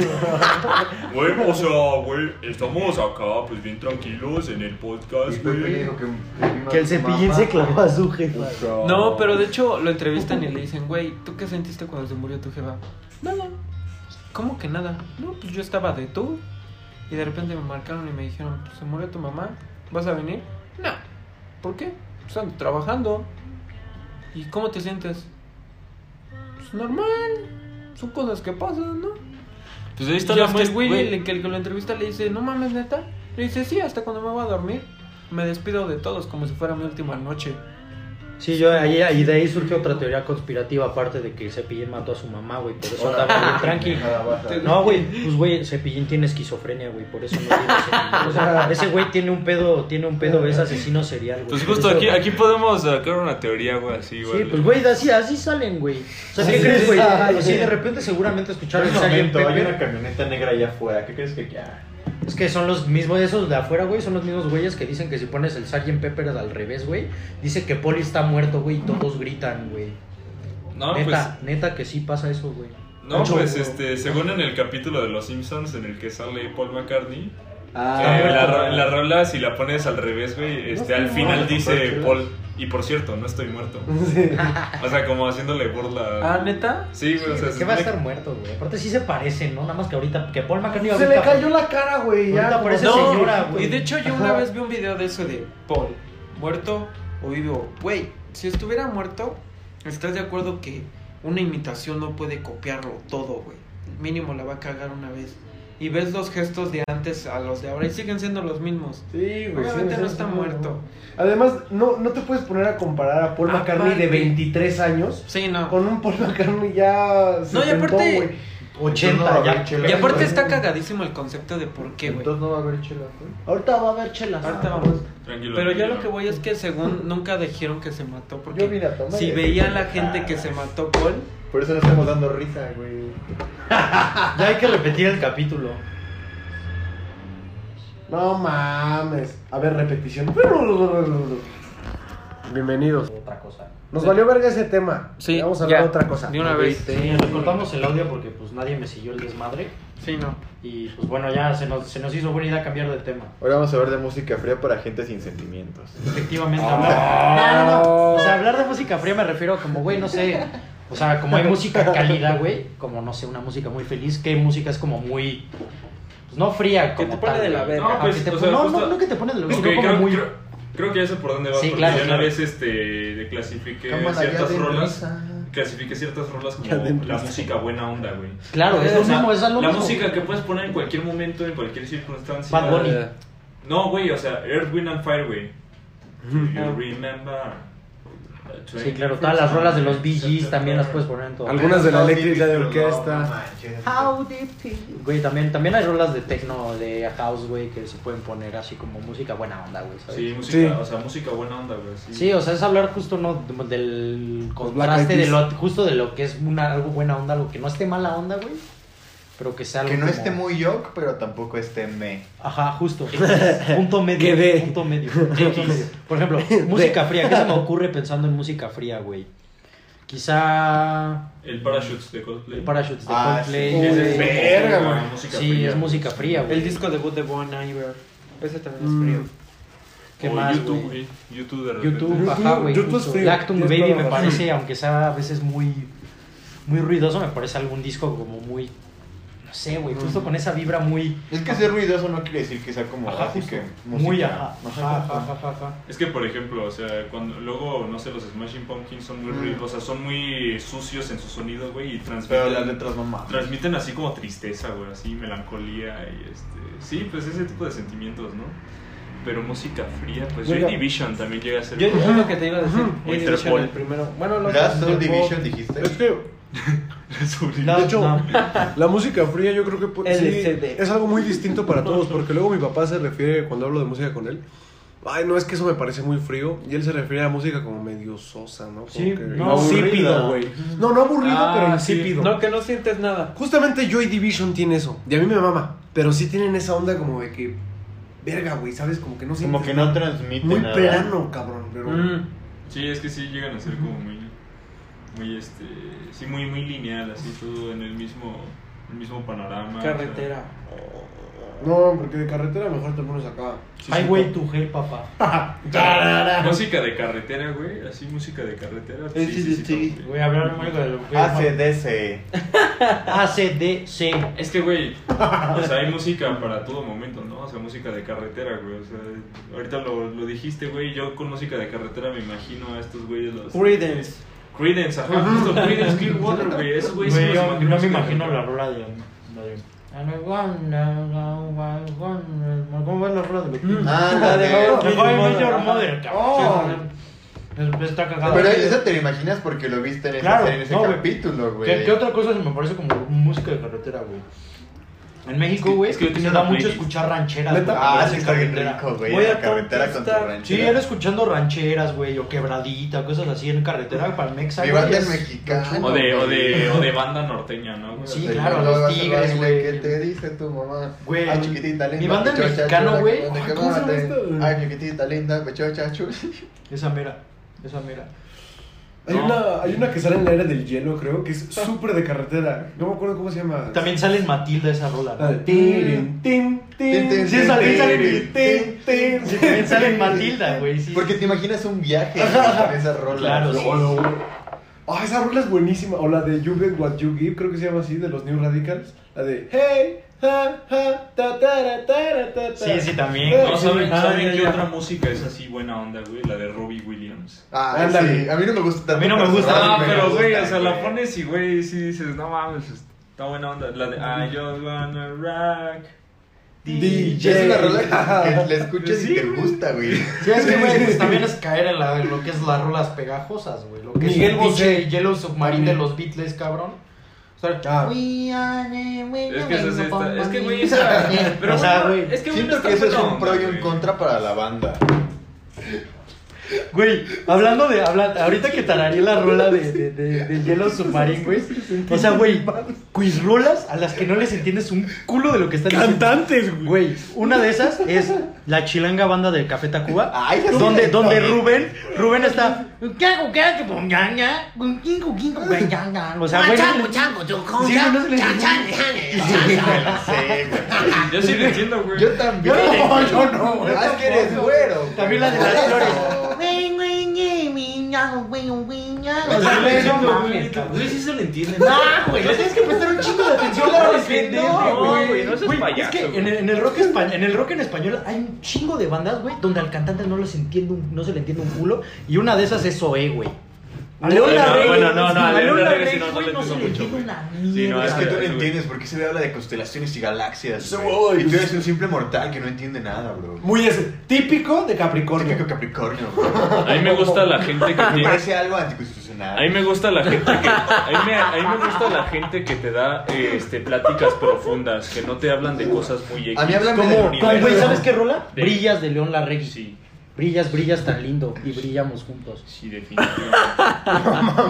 Güey, o sea, güey, estamos acá, pues bien tranquilos en el podcast,
Y Pepe
güey.
dijo que,
Que el Cepillín se clavó a su jefa.
No, pero de hecho lo entrevistan y le dicen, güey, ¿tú qué sentiste cuando se murió tu jefa? Nada. ¿Cómo que nada? No, pues yo estaba de tú. Y de repente me marcaron y me dijeron, pues se murió tu mamá, ¿vas a venir? No. ¿Por qué? Pues ando trabajando. ¿Y cómo te sientes? Pues normal. Son cosas que pasan, ¿no?
Pues ahí
Y hasta el güey, el que, el que lo entrevista le dice, no mames, neta. Le dice, sí, hasta cuando me voy a dormir. Me despido de todos como si fuera mi última noche.
Sí, yo ahí, y de ahí surge otra teoría conspirativa, aparte de que Cepillín mató a su mamá, güey, por eso andaba bien tranqui. No, güey, pues güey, Cepillín tiene esquizofrenia, güey, por eso no tiene Cepillín. O sea, ese güey tiene un pedo, tiene un pedo, es asesino serial, güey.
Pues
Por
justo
eso-
aquí, aquí podemos sacar una teoría, güey, así, güey.
Sí, pues güey, así, así salen, güey. O sea, ¿qué
Sí,
crees,
sí,
güey?
sí.
Así de repente seguramente escucharon que alguien
hay
Pepe.
una camioneta negra allá afuera. ¿Qué crees que ya?
Es que son los mismos, esos de afuera, güey, son los mismos güeyes que dicen que si pones el Sgt. Pepper al revés, güey, dice que Polly está muerto, güey, y todos gritan, güey.
No, pues,
neta, neta que sí pasa eso, güey.
no,
Mucho,
pues
güey.
este, según en el capítulo de Los Simpsons en el que sale Paul McCartney,
Ah,
eh,
bueno.
la, ro- la rola, si la pones al revés, güey, este, al final
muerto,
dice
pero-
Paul, y por cierto, no estoy muerto. O sea, como haciéndole burla.
Ah, neta.
Sí, güey, o sea, se
¿Qué va a
supone
estar muerto, güey? Aparte sí se parecen, ¿no? Nada más que ahorita, que Paul McCartney
Se
ahorita...
le cayó la cara, güey. ya,
Ahorita
como-
parece
No,
No,
señora, güey.
y de hecho yo una vez vi un video de eso de Paul, muerto o vivo. Güey, si estuviera muerto, ¿estás de acuerdo que una imitación no puede copiarlo todo, güey? Mínimo la va a cagar una vez. Y ves los gestos de antes a los de ahora y siguen siendo los mismos.
Sí, güey.
Obviamente
sí,
no
sí,
está
sí,
muerto. Ah,
Además, no, no te puedes poner a comparar a Paul McCartney de
Aparte.
23 años
Sí, no.
con un Paul McCartney ya.
No, y aparte-
güey.
80 ya.
Y aparte está cagadísimo el concepto de por qué, güey.
Pues
Entonces no va a haber chela, güey.
Ahorita va a haber chelas.
Ahorita vamos.
que- Tranquilo.
Pero yo lo que
tranquilo.
voy es que según nunca dijeron que se mató
Yo vine
porque
a tomar.
si veía la gente que se mató Paul,
Por eso no estamos dando risa, güey.
Ya hay que repetir el capítulo.
No mames. A ver, repetición. Bienvenidos.
Otra cosa.
Nos valió verga ese tema.
Sí,
Vamos a hablar
ya.
de otra cosa.
de una vez.
Recortamos el audio porque pues nadie me siguió el desmadre.
Sí, no.
Y pues bueno, ya se nos, se nos hizo buena idea cambiar de tema.
Ahora vamos a hablar de música fría para gente sin sentimientos.
Efectivamente, hablar. Ah. No, no, no. O sea, hablar de música fría me refiero como, güey, no sé. O sea, como hay música cálida, güey. Como, no sé, una música muy feliz. Que música es como muy. Pues no fría,
Que
como.
te pone
tal,
de la
güey.
verga.
Ajá,
pues,
que te
o
pon-
sea,
no,
justo-
no, no que te pone de la
Ok,
verga, sino
creo,
como muy.
creo- creo que ya sé por dónde vas,
Sí,
porque
claro,
yo una
claro.
vez este, declasifiqué
Cámara, ya
ciertas
de
rolas
risa.
clasifiqué ciertas rolas como
Ya dentro.
la música buena onda, güey.
Claro, es
O
lo
sea,
mismo, es algo
La
mismo.
música que puedes poner en cualquier momento, en cualquier circunstancia.
Bad Bunny.
Ah,
No, güey, o sea, Earth, Wind and Fire, güey. Do
Ujú.
you remember?
Sí, claro, todas las rolas de los Bee Gees también las puedes poner en todo.
Algunas de la eléctrica de orquesta.
How deep is- Güey, también, también hay rolas de techno, de house, güey, que se pueden poner así como música buena onda, güey, ¿sabes?
Sí,
Sí.
música,
Sí.
o sea, música buena onda, güey. Sí,
o sea, es hablar justo no De- del
Black
contraste
Eyed
de lo, justo de lo que es una, algo buena onda, algo que no esté mala onda, güey, pero que sea algo
Que no
como-
esté muy yok, pero tampoco esté me.
Ajá, justo. Punto medio.
Quedé.
Punto medio. Punto medio. Por ejemplo, música fría. ¿Qué se me ocurre pensando en música fría, güey? Quizá
El Parachutes de Coldplay.
el Parachutes de
Ah,
Coldplay.
sí.
Ese
Uy,
es música-
verga, güey.
música
Sí,
fría.
es música fría, güey.
El disco debut de Bon Iver. Ese también es frío.
Mm.
¿Qué
o
más,
YouTube,
güey?
güey. YouTube de repente.
YouTube,
YouTube,
ajá, güey.
YouTube es
justo.
frío,
Lactum
tienes
Baby
toda la
me
razón.
parece, aunque sea a veces muy, muy ruidoso, me parece algún disco como muy. No sé, güey. Justo con esa vibra muy.
Es que ser ruidoso no quiere decir que sea como
Ajá,
así
justo.
que
Muy
música.
ajá.
Ajá,
Ajá, ajá,
ajá.
ajá, ajá.
Es que, por ejemplo, o sea, cuando, luego, no sé, los Smashing Pumpkins son muy, ruid-
Mm.
o sea, son muy sucios en su sonido, güey, y
Pero
transmiten,
las letras no mames.
transmiten así como tristeza, güey, así melancolía y este... Sí, pues ese tipo de sentimientos, ¿no? Pero música fría, pues Joy
Oiga.
Division también llega a ser...
Yo
como-
es lo que te iba a decir.
Ujú.
Joy Division,
Interpol.
el primero. Bueno, no
Last
Interpol.
Soul Division dijiste.
Es que
sobre-
No,
De hecho,
no.
la música fría yo creo que pu- sí,
LCD.
es algo muy distinto para todos, porque luego mi papá se refiere, cuando hablo de música con él, ay, no, es que eso me parece muy frío, y él se refiere a música como medio sosa, ¿no? Como
Sí,
que
no,
insípido,
aburrida.
güey. No, no aburrido,
Ah,
pero
sí.
insípido.
No, que no sientes nada.
Justamente Joy Division tiene eso, y a mí me mama, pero sí tienen esa onda como de que, verga, güey, ¿sabes? Como que no sientes
Como que no
nada.
transmite
Muy
nada.
plano, cabrón, pero...
Mm.
Sí, es que sí llegan a ser como muy, muy este, sí, muy, muy lineal, así todo en el mismo, el mismo panorama. o sea.
Carretera.
No, porque de carretera mejor te pones acá.
Highway to Hell, papá.
música de carretera, güey, así música de carretera.
Sí, sí, sí.
todo,
Voy a hablar algo de lo que.
Ah, ACDC.
Ah, ACDC.
Es que, güey, o sea, hay música para todo momento, ¿no? O sea, música de carretera, güey. O sea, ahorita lo, lo dijiste, güey. Yo con música de carretera me imagino a estos güeyes los...
Creedence.
Creedence, ajá, justo Creedence Clearwater, güey. Esos güeyes sí
Güey,
los
yo no me
música de
imagino la
carretera.
rola de. la de- I wanna go, I wanna- ¿Cómo va la rola de los
Mm.
Ah,
La
la
de
de-
How I
Mejor
Met
Major
Your
Mother,
Mother.
Oh.
cabrón. Es- Está cagada.
Pero esa te la imaginas porque lo viste en, esa
Claro,
serie, en ese
no, güey.
capítulo, güey.
¿Qué, qué otra cosa se me parece como música de carretera, güey? En México,
que-
güey,
es que yo tenía
se da
una
mucho
playlist.
escuchar rancheras.
¿Neta?
güey,
Ah,
en
sí,
la
está bien
carretera.
rico, güey.
Voy
en
a
La carretera con tu
conquistar.
ranchera.
Sí, era escuchando rancheras, güey, o quebradita, cosas así en carretera para el Mexa.
Mi
güey,
banda
es-
es mexicana.
O de, o, de, o de banda norteña, ¿no? güey?
Sí,
Te
claro,
llevaba
los
a su
tigres,
baile,
güey.
¿Qué te dice tu mamá?
Güey,
Ay, chiquitita
mi
linda.
banda es
pechocha,
mexicano,
chula,
güey. Ah,
que
Ay,
te
¿cómo se llama
quemate.
esta?
Ay, chiquitita linda, pechocha, chula.
Esa mera, esa mera.
Hay,
No.
una, hay una que sale en la era del hielo, creo, que es súper de carretera. No me acuerdo cómo se llama.
También sale en Matilda esa rola.
La de
¿no?
tin, tin,
Tin, tin,
tin. Sí,
tin,
sale,
tin,
sale.
tin,
Tin, tin.
Sí, también sale en Matilda, güey, sí.
Porque te imaginas un viaje güey, con esa rola.
Claro, sí.
Lolo. Ah, esa rola es buenísima. O la de You Get What You Give, creo que se llama así, de los New Radicals. La de Hey, ha, ha, ta, ta, ra, ta, ra, ta, ta.
Sí, sí, también.
Eh,
No, ¿saben,
Ah,
¿saben
ya,
qué
ya.
otra música es así buena onda, güey? La de Robbie Williams.
Ah,
Ándale.
sí. A mí no me gusta tanto.
A mí no me
pero
gusta.
sí
Ah,
me
pero
gusta,
güey, o sea, la pones y güey, sí dices, no mames, está buena onda. La de I just wanna rock.
Es una rola que que la escuchas
Sí,
y te
güey.
gusta, güey.
Sí, es que, güey, pues también es caer en, la- en lo que es las rolas pegajosas, güey. Lo que
Miguel
es el pinche
Bosé.
Yellow Submarine de los Beatles, cabrón. O sea,
Ah.
we are- we
Es que esa sí está-
are-
es que, güey, esa- pero
o sea,
bueno,
güey.
es que güey, no
Siento
está
que eso es
buena
un
onda,
pro y un
güey.
contra para la banda.
Güey, hablando de. habla- ahorita que tararía la rola de, de, de- del Yellow Submarine, güey. O sea, güey, quiz rolas a las que no les entiendes un culo de lo que están
Cantantes,
diciendo. Güey, una de esas es la chilanga banda del Café Tacuba.
Ay, esa sí
donde
es
donde
bonita.
Rubén, Rubén está. "¿Qué hago? ¿Qué hago? Bum, ya, ya. Bum, quingo, quingo, bum, ya, ya". O sea, güey. no- Sí, güey, no se les
sé, güey.
Yo sí lo entiendo, güey.
Yo también.
No, yo no, güey.
Ah, es que eres güero. güey.
También la de las flores. O sea, güey, no mames, cabrón.
Güey, sí se lo entienden.
No, güey, le tienes que prestar un chingo de atención para defenderte,
no,
güey.
güey, no seas
Güey,
payaso,
Es que
güey.
en el, en el rock español, en el rock en español hay un chingo de bandas, güey, donde al cantante no les entiende un- no se le entiende un culo y una de esas es Zoé, güey. A Leona
Bueno,
Rey.
bueno, no, no, a Leona Rey sí, no, no
güey,
le
se
entiendo mucho,
entiende
güey.
una
Sí, no,
mierda.
Es que tú no
güey.
entiendes por qué se habla de constelaciones y galaxias.
Soy,
güey. Y tú
pues-
eres un simple mortal que no entiende nada, bro.
Muy es típico de Capricornio.
Típico Capricornio, bro.
A mí me gusta la gente que
Me
tiene.
parece algo anticonstitucional.
A mí me gusta la gente que, a mí me, a mí me gusta la gente que te da eh, este, pláticas profundas, que no te hablan de cosas muy X.
A mí háblame del
Como, como, güey,
universo.
¿sabes qué rola?
De-
Brillas de León Larregui.
Sí,
Brillas, brillas tan lindo y brillamos juntos.
sí, definitivamente.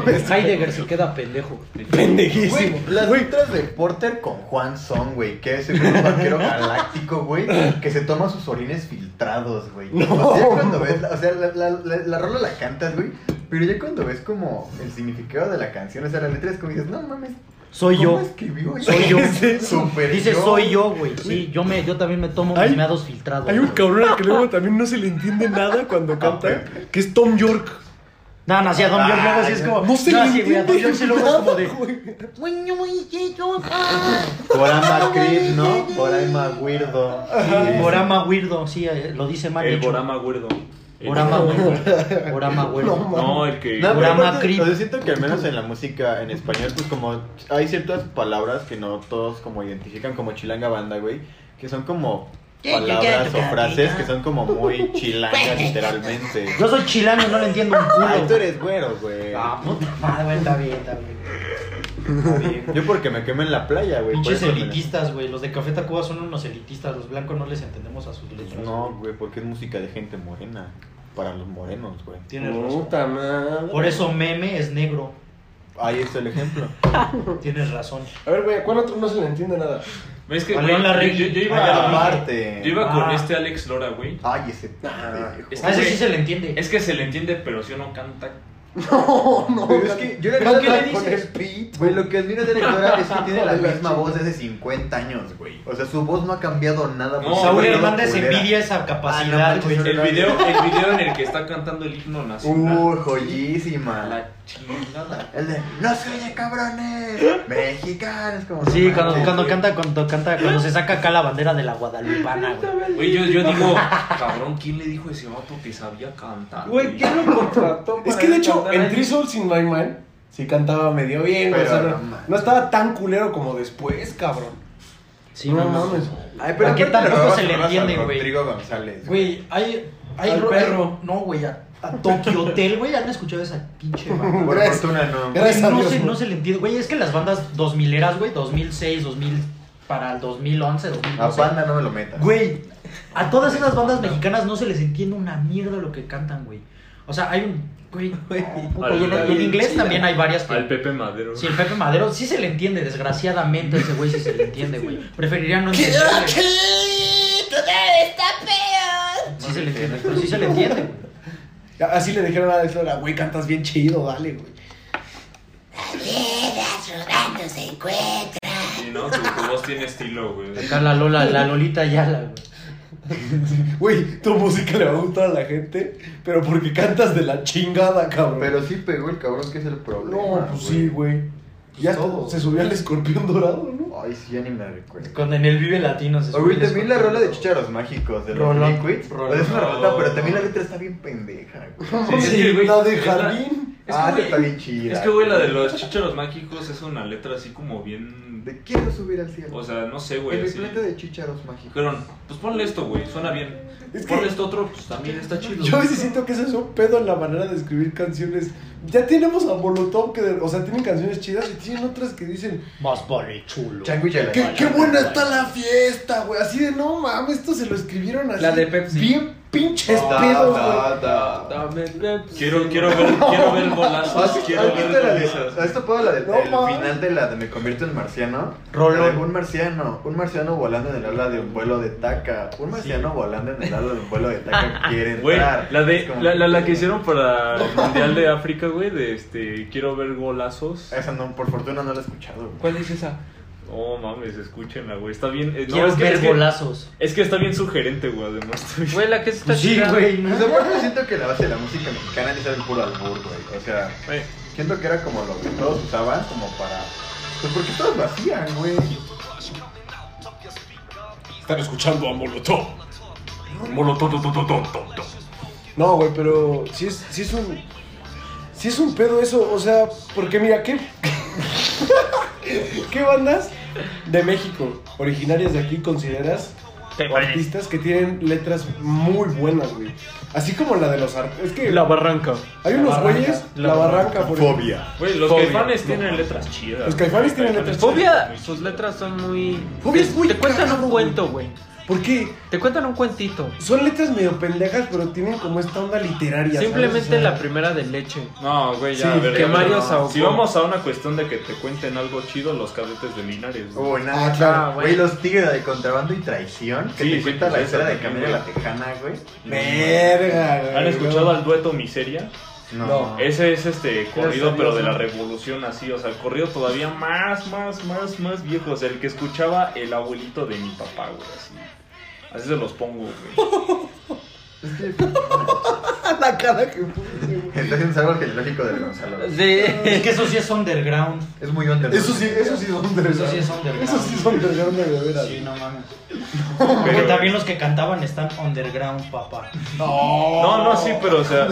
pues,
Heidegger se queda pendejo.
Güey,
Pendejísimo.
las letras de Porter con Juan Son, güey, que es el un vaquero galáctico, güey, que se toma sus orines filtrados, güey. O sea, cuando ves, la- o sea, la, la, la- la rola la cantas, güey, pero ya cuando ves como el significado de la canción, o sea, la letra es como dices, no mames,
Soy
¿cómo
yo.
escribió eso?
Soy yo.
Super
Dice soy yo, güey. Sí, yo, me, yo también me tomo
Hay-
mis meados filtrados.
Hay un
güey.
cabrón al que luego también no se le entiende nada
Ah,
cuando canta, que es Tom York.
No, no, sí, a Don Bjorn luego sí es como.
Ah, No se le
sí, güey, a Don Bjorn
entiende
sí luego es como de.
nada, güey.
ah".
Por ama Creed, ¿no? Por ama Weirdo.
Ah,
Sí, Borama Weirdo, sí, eh, lo dice mal.
El
hecho.
Borama Güerdo. El-
Borama Weirdo. Borama Weirdo.
No, el que.
No, pero
Programa
aparte,
creep.
o sea, siento que al menos en la música en español, pues como hay ciertas palabras que no todos como identifican como chilanga banda, güey, que son como palabras o frases que son como muy chilangas literalmente.
Yo soy chilano, no le entiendo un
Ah,
Ay, tú
culo.
eres güero, güey.
Ah, puta madre, güey, está bien, está bien. Está bien.
Yo porque me quemé en la playa, güey. por
Pinches
eso me-
elitistas, güey. Los de Café Tacuba son unos elitistas. Los blancos no les entendemos a sus letras.
No, güey, porque es música de gente morena. Para los morenos, güey.
Tienes razón.
Puta madre.
Por eso meme es negro.
Ahí está el ejemplo.
Tienes razón.
A ver, güey, ¿a ¿cuál otro no se le entiende nada?
¿Ves que,
A
güey,
León Larregui.
yo, yo- yo iba,
Ay,
a-
aparte.
Ah. yo iba Ah. con
Ah.
este Alex Lora, güey.
Ay, ese.
Ah.
Es
A ese
güey,
sí se le entiende.
Es que se le entiende, pero si uno canta.
No, pero es que yo le
¿Pero qué le
con
dices?
el beat, Güey, lo que admiro de la directora es que tiene la misma voz desde 50 años, güey. O sea, su voz no ha cambiado nada.
No,
Saúl
güey, no,
Hernández
culera.
envidia esa
Ah,
capacidad,
no,
güey.
manches,
El video, el video en el que está cantando el himno nacional.
Uy, joyísima.
La chingada.
El de No se oye, cabrones. Mexicanos, como.
Sí,
no
cuando,
manches,
cuando
güey.
canta, cuando canta, cuando se saca acá la bandera de la Guadalupana, güey.
Güey, yo, yo digo, cabrón, ¿quién le dijo a ese vato que sabía cantar?
Güey, ¿quién lo contrató?
Es
para
que de hecho,
cantar
en
ahí?
Three Souls in My Mind, sí cantaba medio bien, güey, o sea,
Pero
no,
no mames.
no estaba tan culero como después, cabrón.
Sí,
no
no mames.
mames.
Ay,
¿A qué
aparte
tampoco
robas
se le
rolas al
entiende, güey?
Rodrigo González.
Güey, hay. hay
Al
ro-
perro.
hay- no, güey, a, a Tokyo Hotel, güey. ¿Han escuchado esa pinche banda?
Por
Gracias.
fortuna no.
Gracias.
Güey, no,
a Dios,
se,
güey.
no se le entiende. Güey, es que las bandas 2000 eras, güey, 2006, 2000 para el 2011, 2012.
A banda no me lo metas.
Güey, a todas esas bandas mexicanas no se les entiende una mierda lo que cantan, güey. O sea, hay un. Güey, güey. puta, y en, y en inglés también hay varias que.
Al Pepe Madero.
Sí, el Pepe Madero sí se le entiende, desgraciadamente ese güey sí se le entiende, güey. Preferiría no entenderle.
está peor.
Sí se le entiende, pero sí se le entiende, güey.
Ya, Así le dijeron a Alex Lora, güey, cantas bien chido, dale, güey.
Piedras rodando se encuentran.
Sí, no, tu, tu voz tiene estilo, güey.
Acá la Lola, la Lolita Yala, güey.
Güey, tu música le va a gustar a la gente, pero porque cantas de la chingada, cabrón.
Pero sí pegó el cabrón que es el problema.
no, pues sí, güey. Ya hasta
todo.
se subió al escorpión dorado, ¿no?
Ay, sí, ya ni me recuerdo.
Cuando en el Vive Latino se
O güey,
subió
también la rola de Chicharos Mágicos de los
Rolón,
Liquids.
rolón.
O sea, Es una rolota, pero también la letra está bien pendeja, güey.
es
Sí,
que, güey,
la de
es la-
jardín.
Es que,
ah,
güey,
está bien chida.
Es que, güey, la de los chicharos mágicos es una letra así como bien.
De quiero subir al cielo.
O sea, no sé,
en
güey.
mi
Así.
planeta de Chicharos Mágicos.
Dijeron, pues ponle esto, güey, suena bien.
Es que-
ponle esto otro, pues también está chido.
Yo a veces siento que eso es un pedo en la manera de escribir canciones. Ya tenemos a Molotov que, de- o sea, tienen canciones chidas y tienen otras que dicen,
Más vale chulo.
Chango y Chalán.
qué, qué buena está la fiesta, güey. Así de, no mames, esto se lo escribieron así.
La de Pepsi.
Bien pinches
Da,
pedos,
da,
güey.
da.
Dame, dame, pues,
Quiero,
sí.
quiero ver, quiero ver
¿Has
golazos,
has
quiero ver
visto la de
golazos.
¿Has topado la del
No,
el
mames.
final de la de Me convierto en marciano?
Rolón.
Un marciano, un marciano volando en el ala de un vuelo de taca. Un marciano volando en el ala de un vuelo de taca quiere
Güey,
entrar.
la de
Es como
la, la, la que hicieron para el Mundial de África, güey, de este quiero ver golazos.
Esa no, por fortuna no la he escuchado. güey.
¿Cuál es esa?
Oh, mames, escúchenla, güey. Está bien, eh, no,
Quiero
es que,
ver
es, que,
golazos.
es que está bien sugerente, güey, además. está bien-
Güey, la que está
Sí,
chida.
güey. ¿no?
Pues aparte siento que la base de la música mexicana es el puro albur, güey. O sea,
Güey,
siento que era como lo que todos usaban como para... Pues porque todos lo hacían, güey.
Están escuchando a Molotov. Molotov. No, güey, pero sí es, sí es un. Sí es un pedo eso, o sea, porque mira, ¿qué, ¿qué bandas de México, originarias de aquí, consideras
Te
o artistas que tienen letras muy buenas, güey? Así como la de los artistas. Es que
La barranca.
hay
La
unos
Barranca.
güeyes,
La
la barranca, por ejemplo.
Fobia.
Güey, los
Fobia.
caifanes tienen letras chidas.
Los Caifanes tienen letras
Fobia.
muy
Sus
chidas.
letras son muy.
Fobia es muy
Te cuentan
cagado,
un cuento, güey.
¿Por qué?
Te cuentan un cuentito.
Son letras medio pendejas, pero tienen como esta onda literaria. ¿sabes?
Simplemente
O sea,
la primera de leche.
No, güey, ya,
Sí,
a ver,
que
ya,
Mario
no.
se ahogó.
Si vamos a una cuestión de que te cuenten algo chido, los cadetes de Linares. güey.
Uy, nada,
Ah,
claro.
güey.
Güey, los tigres de contrabando y traición. Que
Sí,
te
sí,
cuenta
pues
la
eso
historia de
también,
Camila
güey.
la Tejana, güey.
Verga, güey.
¿Han escuchado al dueto Miseria?
No.
Ese es este corrido,
sabía,
pero de
sí.
la revolución así, o sea, el corrido todavía más, más, más, más viejo, o sea, el que escuchaba el abuelito de mi papá, güey, así. Así se los pongo, güey.
la cara que puse, güey.
Entonces es algo arqueológico del Gonzalo. güey.
Es
De.
que eso sí es underground.
Es muy under.
Eso sí, eso sí son de
Eso
verdad.
sí es underground.
Eso sí son de verdad, de veras.
Sí, no mames. Porque
Pero-
también los que cantaban están underground, papá.
Oh,
No, no, sí, pero o sea,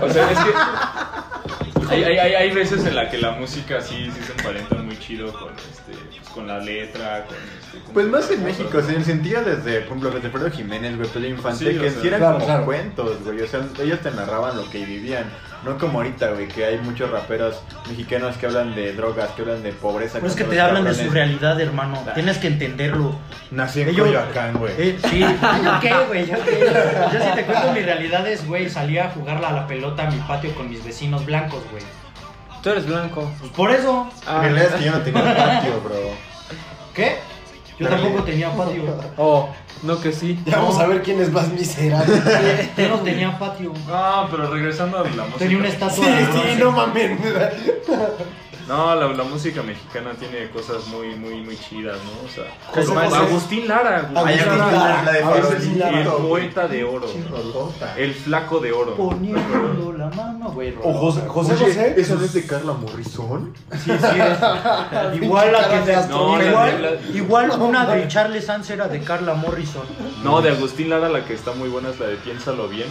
o sea, es que hay, hay, hay, hay veces en la que la música sí, sí se emparenta muy chido con este, pues, con la letra, con este, con-
Pues más en
con
México,
otras
se sentía desde, por ejemplo, desde Alfredo Jiménez, güey, Pedro Infante,
Sí, o
que
sea.
sí eran
Claro,
como
claro.
cuentos, güey, o sea, ellos te narraban lo que vivían, no como ahorita, güey, que hay muchos raperos mexicanos que hablan de drogas, que hablan de pobreza.
Pues es que
como
te
los
hablan de su
cabrones.
realidad, hermano.
Ah.
Tienes que entenderlo.
Nací en
Ellos-
Coyoacán, güey.
Eh, sí, yo qué, güey, yo qué. Yo si te cuento mis realidades, güey, salía a jugarla a la pelota a mi patio con mis vecinos blancos, güey.
Tú eres blanco.
Pues por eso.
Ah.
Me lees que yo no tenía patio, bro.
¿Qué? Yo
Dale.
tampoco tenía patio.
Oh, no que sí.
Ya vamos a ver quién es más miserable. sí,
Yo no tenía patio.
No, pero regresando a la música.
Tenía una estatua. de bronce.
sí, no mames.
No, la, la música mexicana tiene cosas muy, muy, muy chidas, ¿no? O sea,
José
como
José.
Pues Agustín Lara,
Ay,
Agustín
Agustín
Lara,
Lara,
la de
a veces sí,
Farolito,
Lara.
el
güey.
poeta de oro,
Pinche rolota.
el flaco de oro.
Poniendo la mano, güey.
O José José.
Oye,
José
¿Esa no es de Carla Morrison?
Sí, sí. es. Igual la que
Pinche cara de
No, la-
igual,
la-
igual
No,
una de
mames.
Charles Sanz era de Carla Morrison.
No, de Agustín Lara la que está muy buena es la de Piénsalo bien,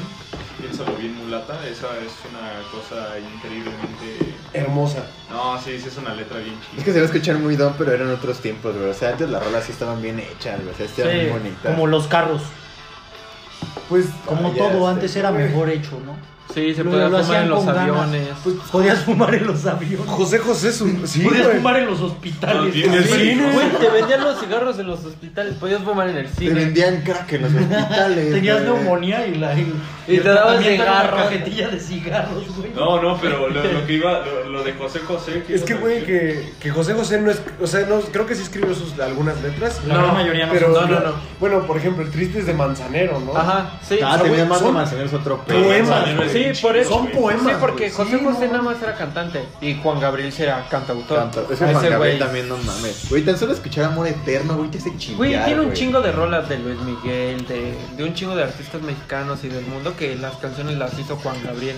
Piénsalo bien mulata, esa es una cosa increíblemente...
Hermosa.
No, sí, sí es una letra bien
Es
chida.
que se va a escuchar muy don, pero eran otros tiempos, güey. O sea, antes las rolas sí estaban bien hechas, güey. O sea, estaban
Sí,
bien bonitas.
como los carros.
Pues
Como
Ah, ya
todo,
sé.
antes era mejor hecho, ¿no?
Sí, se
Lo-
puede
lo
fumar
hacían
en los
con ganas.
aviones.
Pues podías fumar en los aviones.
José José su sí,
podías
güey.
fumar en los
No,
hospitales.
tiene
también.
sentido.
Güey, te vendían los cigarros en los hospitales. Podías fumar en el
Te
cine.
vendían crack en los hospitales.
Tenías
güey.
neumonía y la. Y,
Y te daban
tratamiento era
cigarros.
Una cajetilla de cigarros, güey.
No, no, pero lo, lo que iba, lo, lo de José José...
Es
ibas
que,
a
güey,
decir?
que, que José José no es. O sea, no, creo que sí escribió sus, algunas letras.
La gran mayoría no
pero,
son-
no, no, no.
Bueno, por ejemplo, el triste es de Manzanero, ¿no?
Ajá, sí.
Ah,
güey,
tenía más
son
almacenes otro pedo.
Poemas.
Manzanero es
Sí,
bien
por
chido,
eso.
Son
güey.
poemas.
Sí, porque
güey.
José
Sí,
José
no,
nada más era cantante y Juan Gabriel sí era cantautor.
Tanto. Es que
A
Juan
ese
Gabriel
güey.
también, no mames. Güey, tan solo escuchar Amor Eterno, güey, te hace chingar,
Güey, tiene un chingo de rolas de Luis Miguel, de, de un chingo de artistas mexicanos y del mundo que las canciones las hizo Juan Gabriel.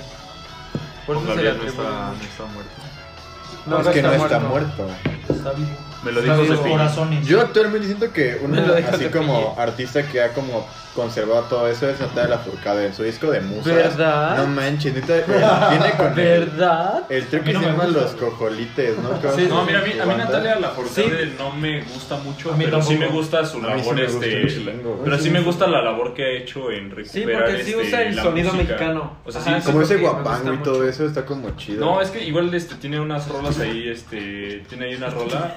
Por eso
Juan
se le
Gabriel pues, no
atribuye.
está, no está muerto.
No, es que no está muerto.
Está vivo.
Me lo
Está
dijo
vivo.
Los
Cepillín.
corazones.
Yo actualmente siento que una
Me lo dejas
así
de
como
pillar.
artista que ha como conservado todo eso es Natalia Lafourcade en su disco de Musa.
¿Verdad?
No manches, neta, eh, tiene con el-
¿Verdad?
El
A
truco
mí
que
no
se
me
llama
gusta.
Los Cojolites, ¿no?
Sí,
No, mira, a mí, a mí
Banda.
Natalia Lafourcade no me gusta mucho,
A mí
pero sí me
tampoco.
gusta su
A mí sí
labor,
me gusta
este,
un chingo, güey.
pero sí me gusta la labor que ha hecho en
¿eh? Sí,
recuperar,
porque sí
este,
usa el
la
sonido
música.
mexicano.
O sea,
Ajá,
sí,
Como
sí,
ese
porque me
guapango
gusta
y todo
mucho.
eso está como chido.
no, es que igual este, tiene unas rolas ahí, este, tiene ahí una rola,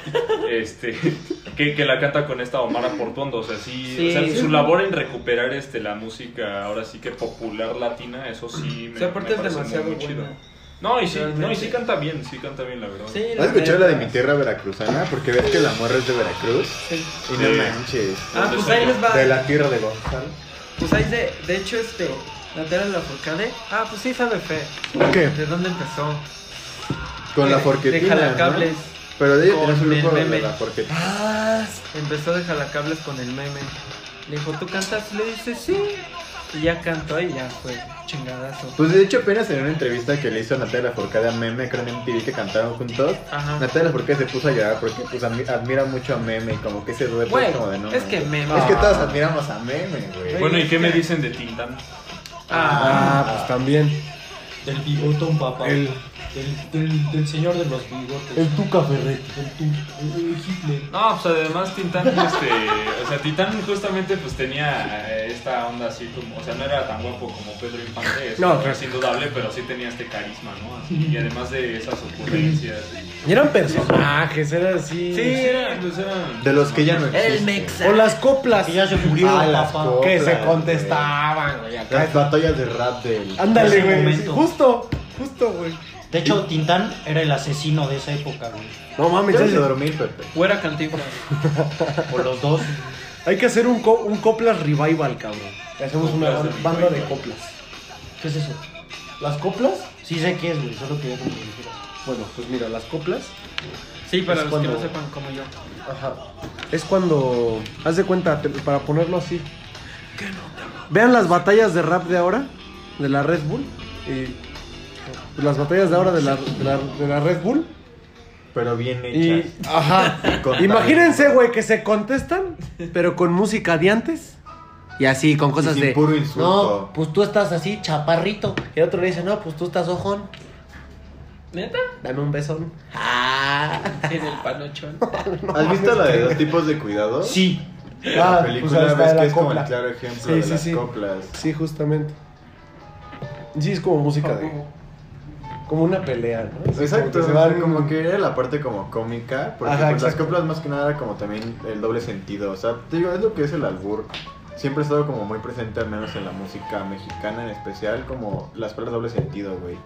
este, que, que la canta con esta Omar Portuondo, o sea, sí,
Sí.
o sea, su labor en recuperar, este, la música, ahora sí que popular latina, eso sí, me,
Sí, aparte
me
es
parece muy,
demasiado
muy chido.
buena.
No, y sí, no, y
Realmente.
sí canta bien, sí canta bien, la verdad.
Sí,
¿Has escuchado la de mi
letras.
tierra veracruzana? Porque ves que la morra es de Veracruz.
Sí.
Y no
Sí.
manches.
Ah, pues ahí les va.
De la tierra de Gonzalo.
Pues ahí de, de hecho este, la de la forcade. Ah, pues sí sabe fe.
¿Qué?
¿De dónde empezó?
Con la
De-
forquetina,
De jalacables.
¿no? Pero de ella
Con
tenía su grupo
el
de
meme.
la forquetina.
Ah,
Empezó de jalacables con el meme. Le dijo, ¿tú cantas? Le dice, sí. Y ya cantó y ya fue chingadazo.
Pues de hecho apenas en una entrevista que le hizo Natalia Forcade a Meme, creo en MTV que cantaron juntos,
Ajá.
Natalia Forcade se puso a llorar porque pues admi- admira mucho a Meme y como que ese dueto
Güey,
es como de no.
es que
manches.
Meme-
Es que todos admiramos a Meme, güey.
Bueno, ¿y qué me dicen de Tintán?
Ah,
pues también.
Del bigotón, papá.
El-
Del, del, del señor de los bigotes. El Tuca Ferretti. El Tuca. El Hitler.
No, pues además Tintán, este, o sea, Tintán justamente pues tenía eh, esta onda así como, o sea, no era tan guapo como Pedro Infante, eso
No,
no,
claro.
es indudable, pero sí tenía este carisma, ¿no? Así, y además de esas ocurrencias.
Y eran personajes, era así.
Sí, era, pues era...
De los que ya no
El
existen.
mexa.
O las coplas.
Que ya se murió,
Ah, las
papá.
cosas.
que se
coplas,
contestaban, güey. acá.
Las batallas de rap del...
Ándale,
Ese
güey.
momento.
Justo, justo, güey.
De hecho, Tintán era el asesino de esa época, güey.
No mames,
Debes de
ese-
dormir, Pepe.
Fuera Cantinflas.
O los dos.
hay que hacer un, co- un coplas revival, cabrón. Que hacemos una
Coplas de
ban- banda de
revival.
coplas.
¿Qué es eso?
¿Las coplas?
Sí sé qué es, güey. Solo quería que me dijeras.
Bueno, pues mira, las coplas
Sí, para
Es
los que no
cuando-
sepan como yo.
Ajá. Es cuando. Haz de cuenta, te- para ponerlo así. Vean las batallas de rap de ahora, de la Red Bull. Y. Las batallas de ahora de la, de la- de la Red Bull.
Pero bien
Y.
hechas.
Ajá.
Con
Imagínense, güey, que se contestan, pero con música de antes. Y así, con cosas
sin
de.
puro insulto.
No, pues tú estás así, chaparrito. Y el otro le dice, no, pues tú estás ojón.
¿Neta?
Dame un besón. Ah.
En el panochón.
¿Has visto la de los tipos de cuidado?
Sí.
La
Ah,
película
pues, la
ves
de la
que es como
copla.
el claro ejemplo
Sí,
de
sí,
las
sí.
coplas.
Sí, justamente. Sí, es como música de. Como una pelea, ¿no? Es
Exacto,
como que se
o sea,
dan-
como que era la parte como cómica, porque
Ajá,
pues, las
exacto.
coplas más que nada era como también el doble sentido, o sea, te digo, es lo que es el albur. Siempre ha estado como muy presente, al menos en la música mexicana en especial, como las palabras doble sentido, güey.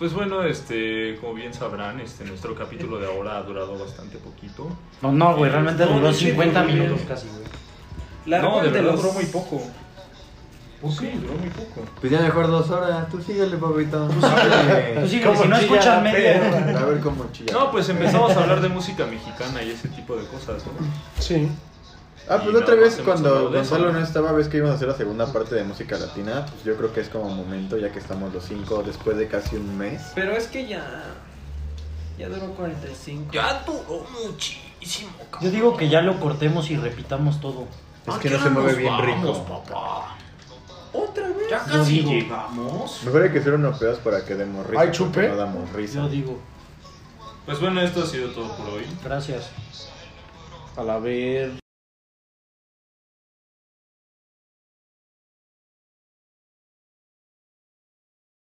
Pues bueno, este, como bien sabrán, este, nuestro capítulo de ahora ha durado bastante poquito.
No, no, güey. Realmente
No,
duró
no, sí,
50
güey.
minutos casi, güey.
no, de
de
verdad
los-
duró muy poco. sí, duró muy poco.
Pues ya mejor dos horas, tú síguele, papito.
Pues sí,
A
güey, si no escuchan media hora.
ver cómo chilla.
No, pues empezamos a hablar de música mexicana y ese tipo de cosas, ¿no?
Sí.
Ah,
Y
pues la otra
nada
vez
más hemos
cuando
hablado de eso,
Gonzalo
¿no?
no estaba, ves que íbamos a hacer la segunda parte de música latina, pues yo creo que es como momento, ya que estamos los cinco después de casi un mes.
Pero es que ya. Ya duró 45.
Ya duró muchísimo,
Yo digo que ya lo cortemos y repitamos todo.
Es
Ah,
que no se mueve bien rico.
¿Otra vez?
Ya
Yo
casi.
digo.
llegamos.
Mejor hay que ser unos pedos para que demos risa.
Ay, chupe.
porque No damos risa.
Yo digo.
Pues bueno, esto ha sido todo por hoy.
Gracias.
A la vez.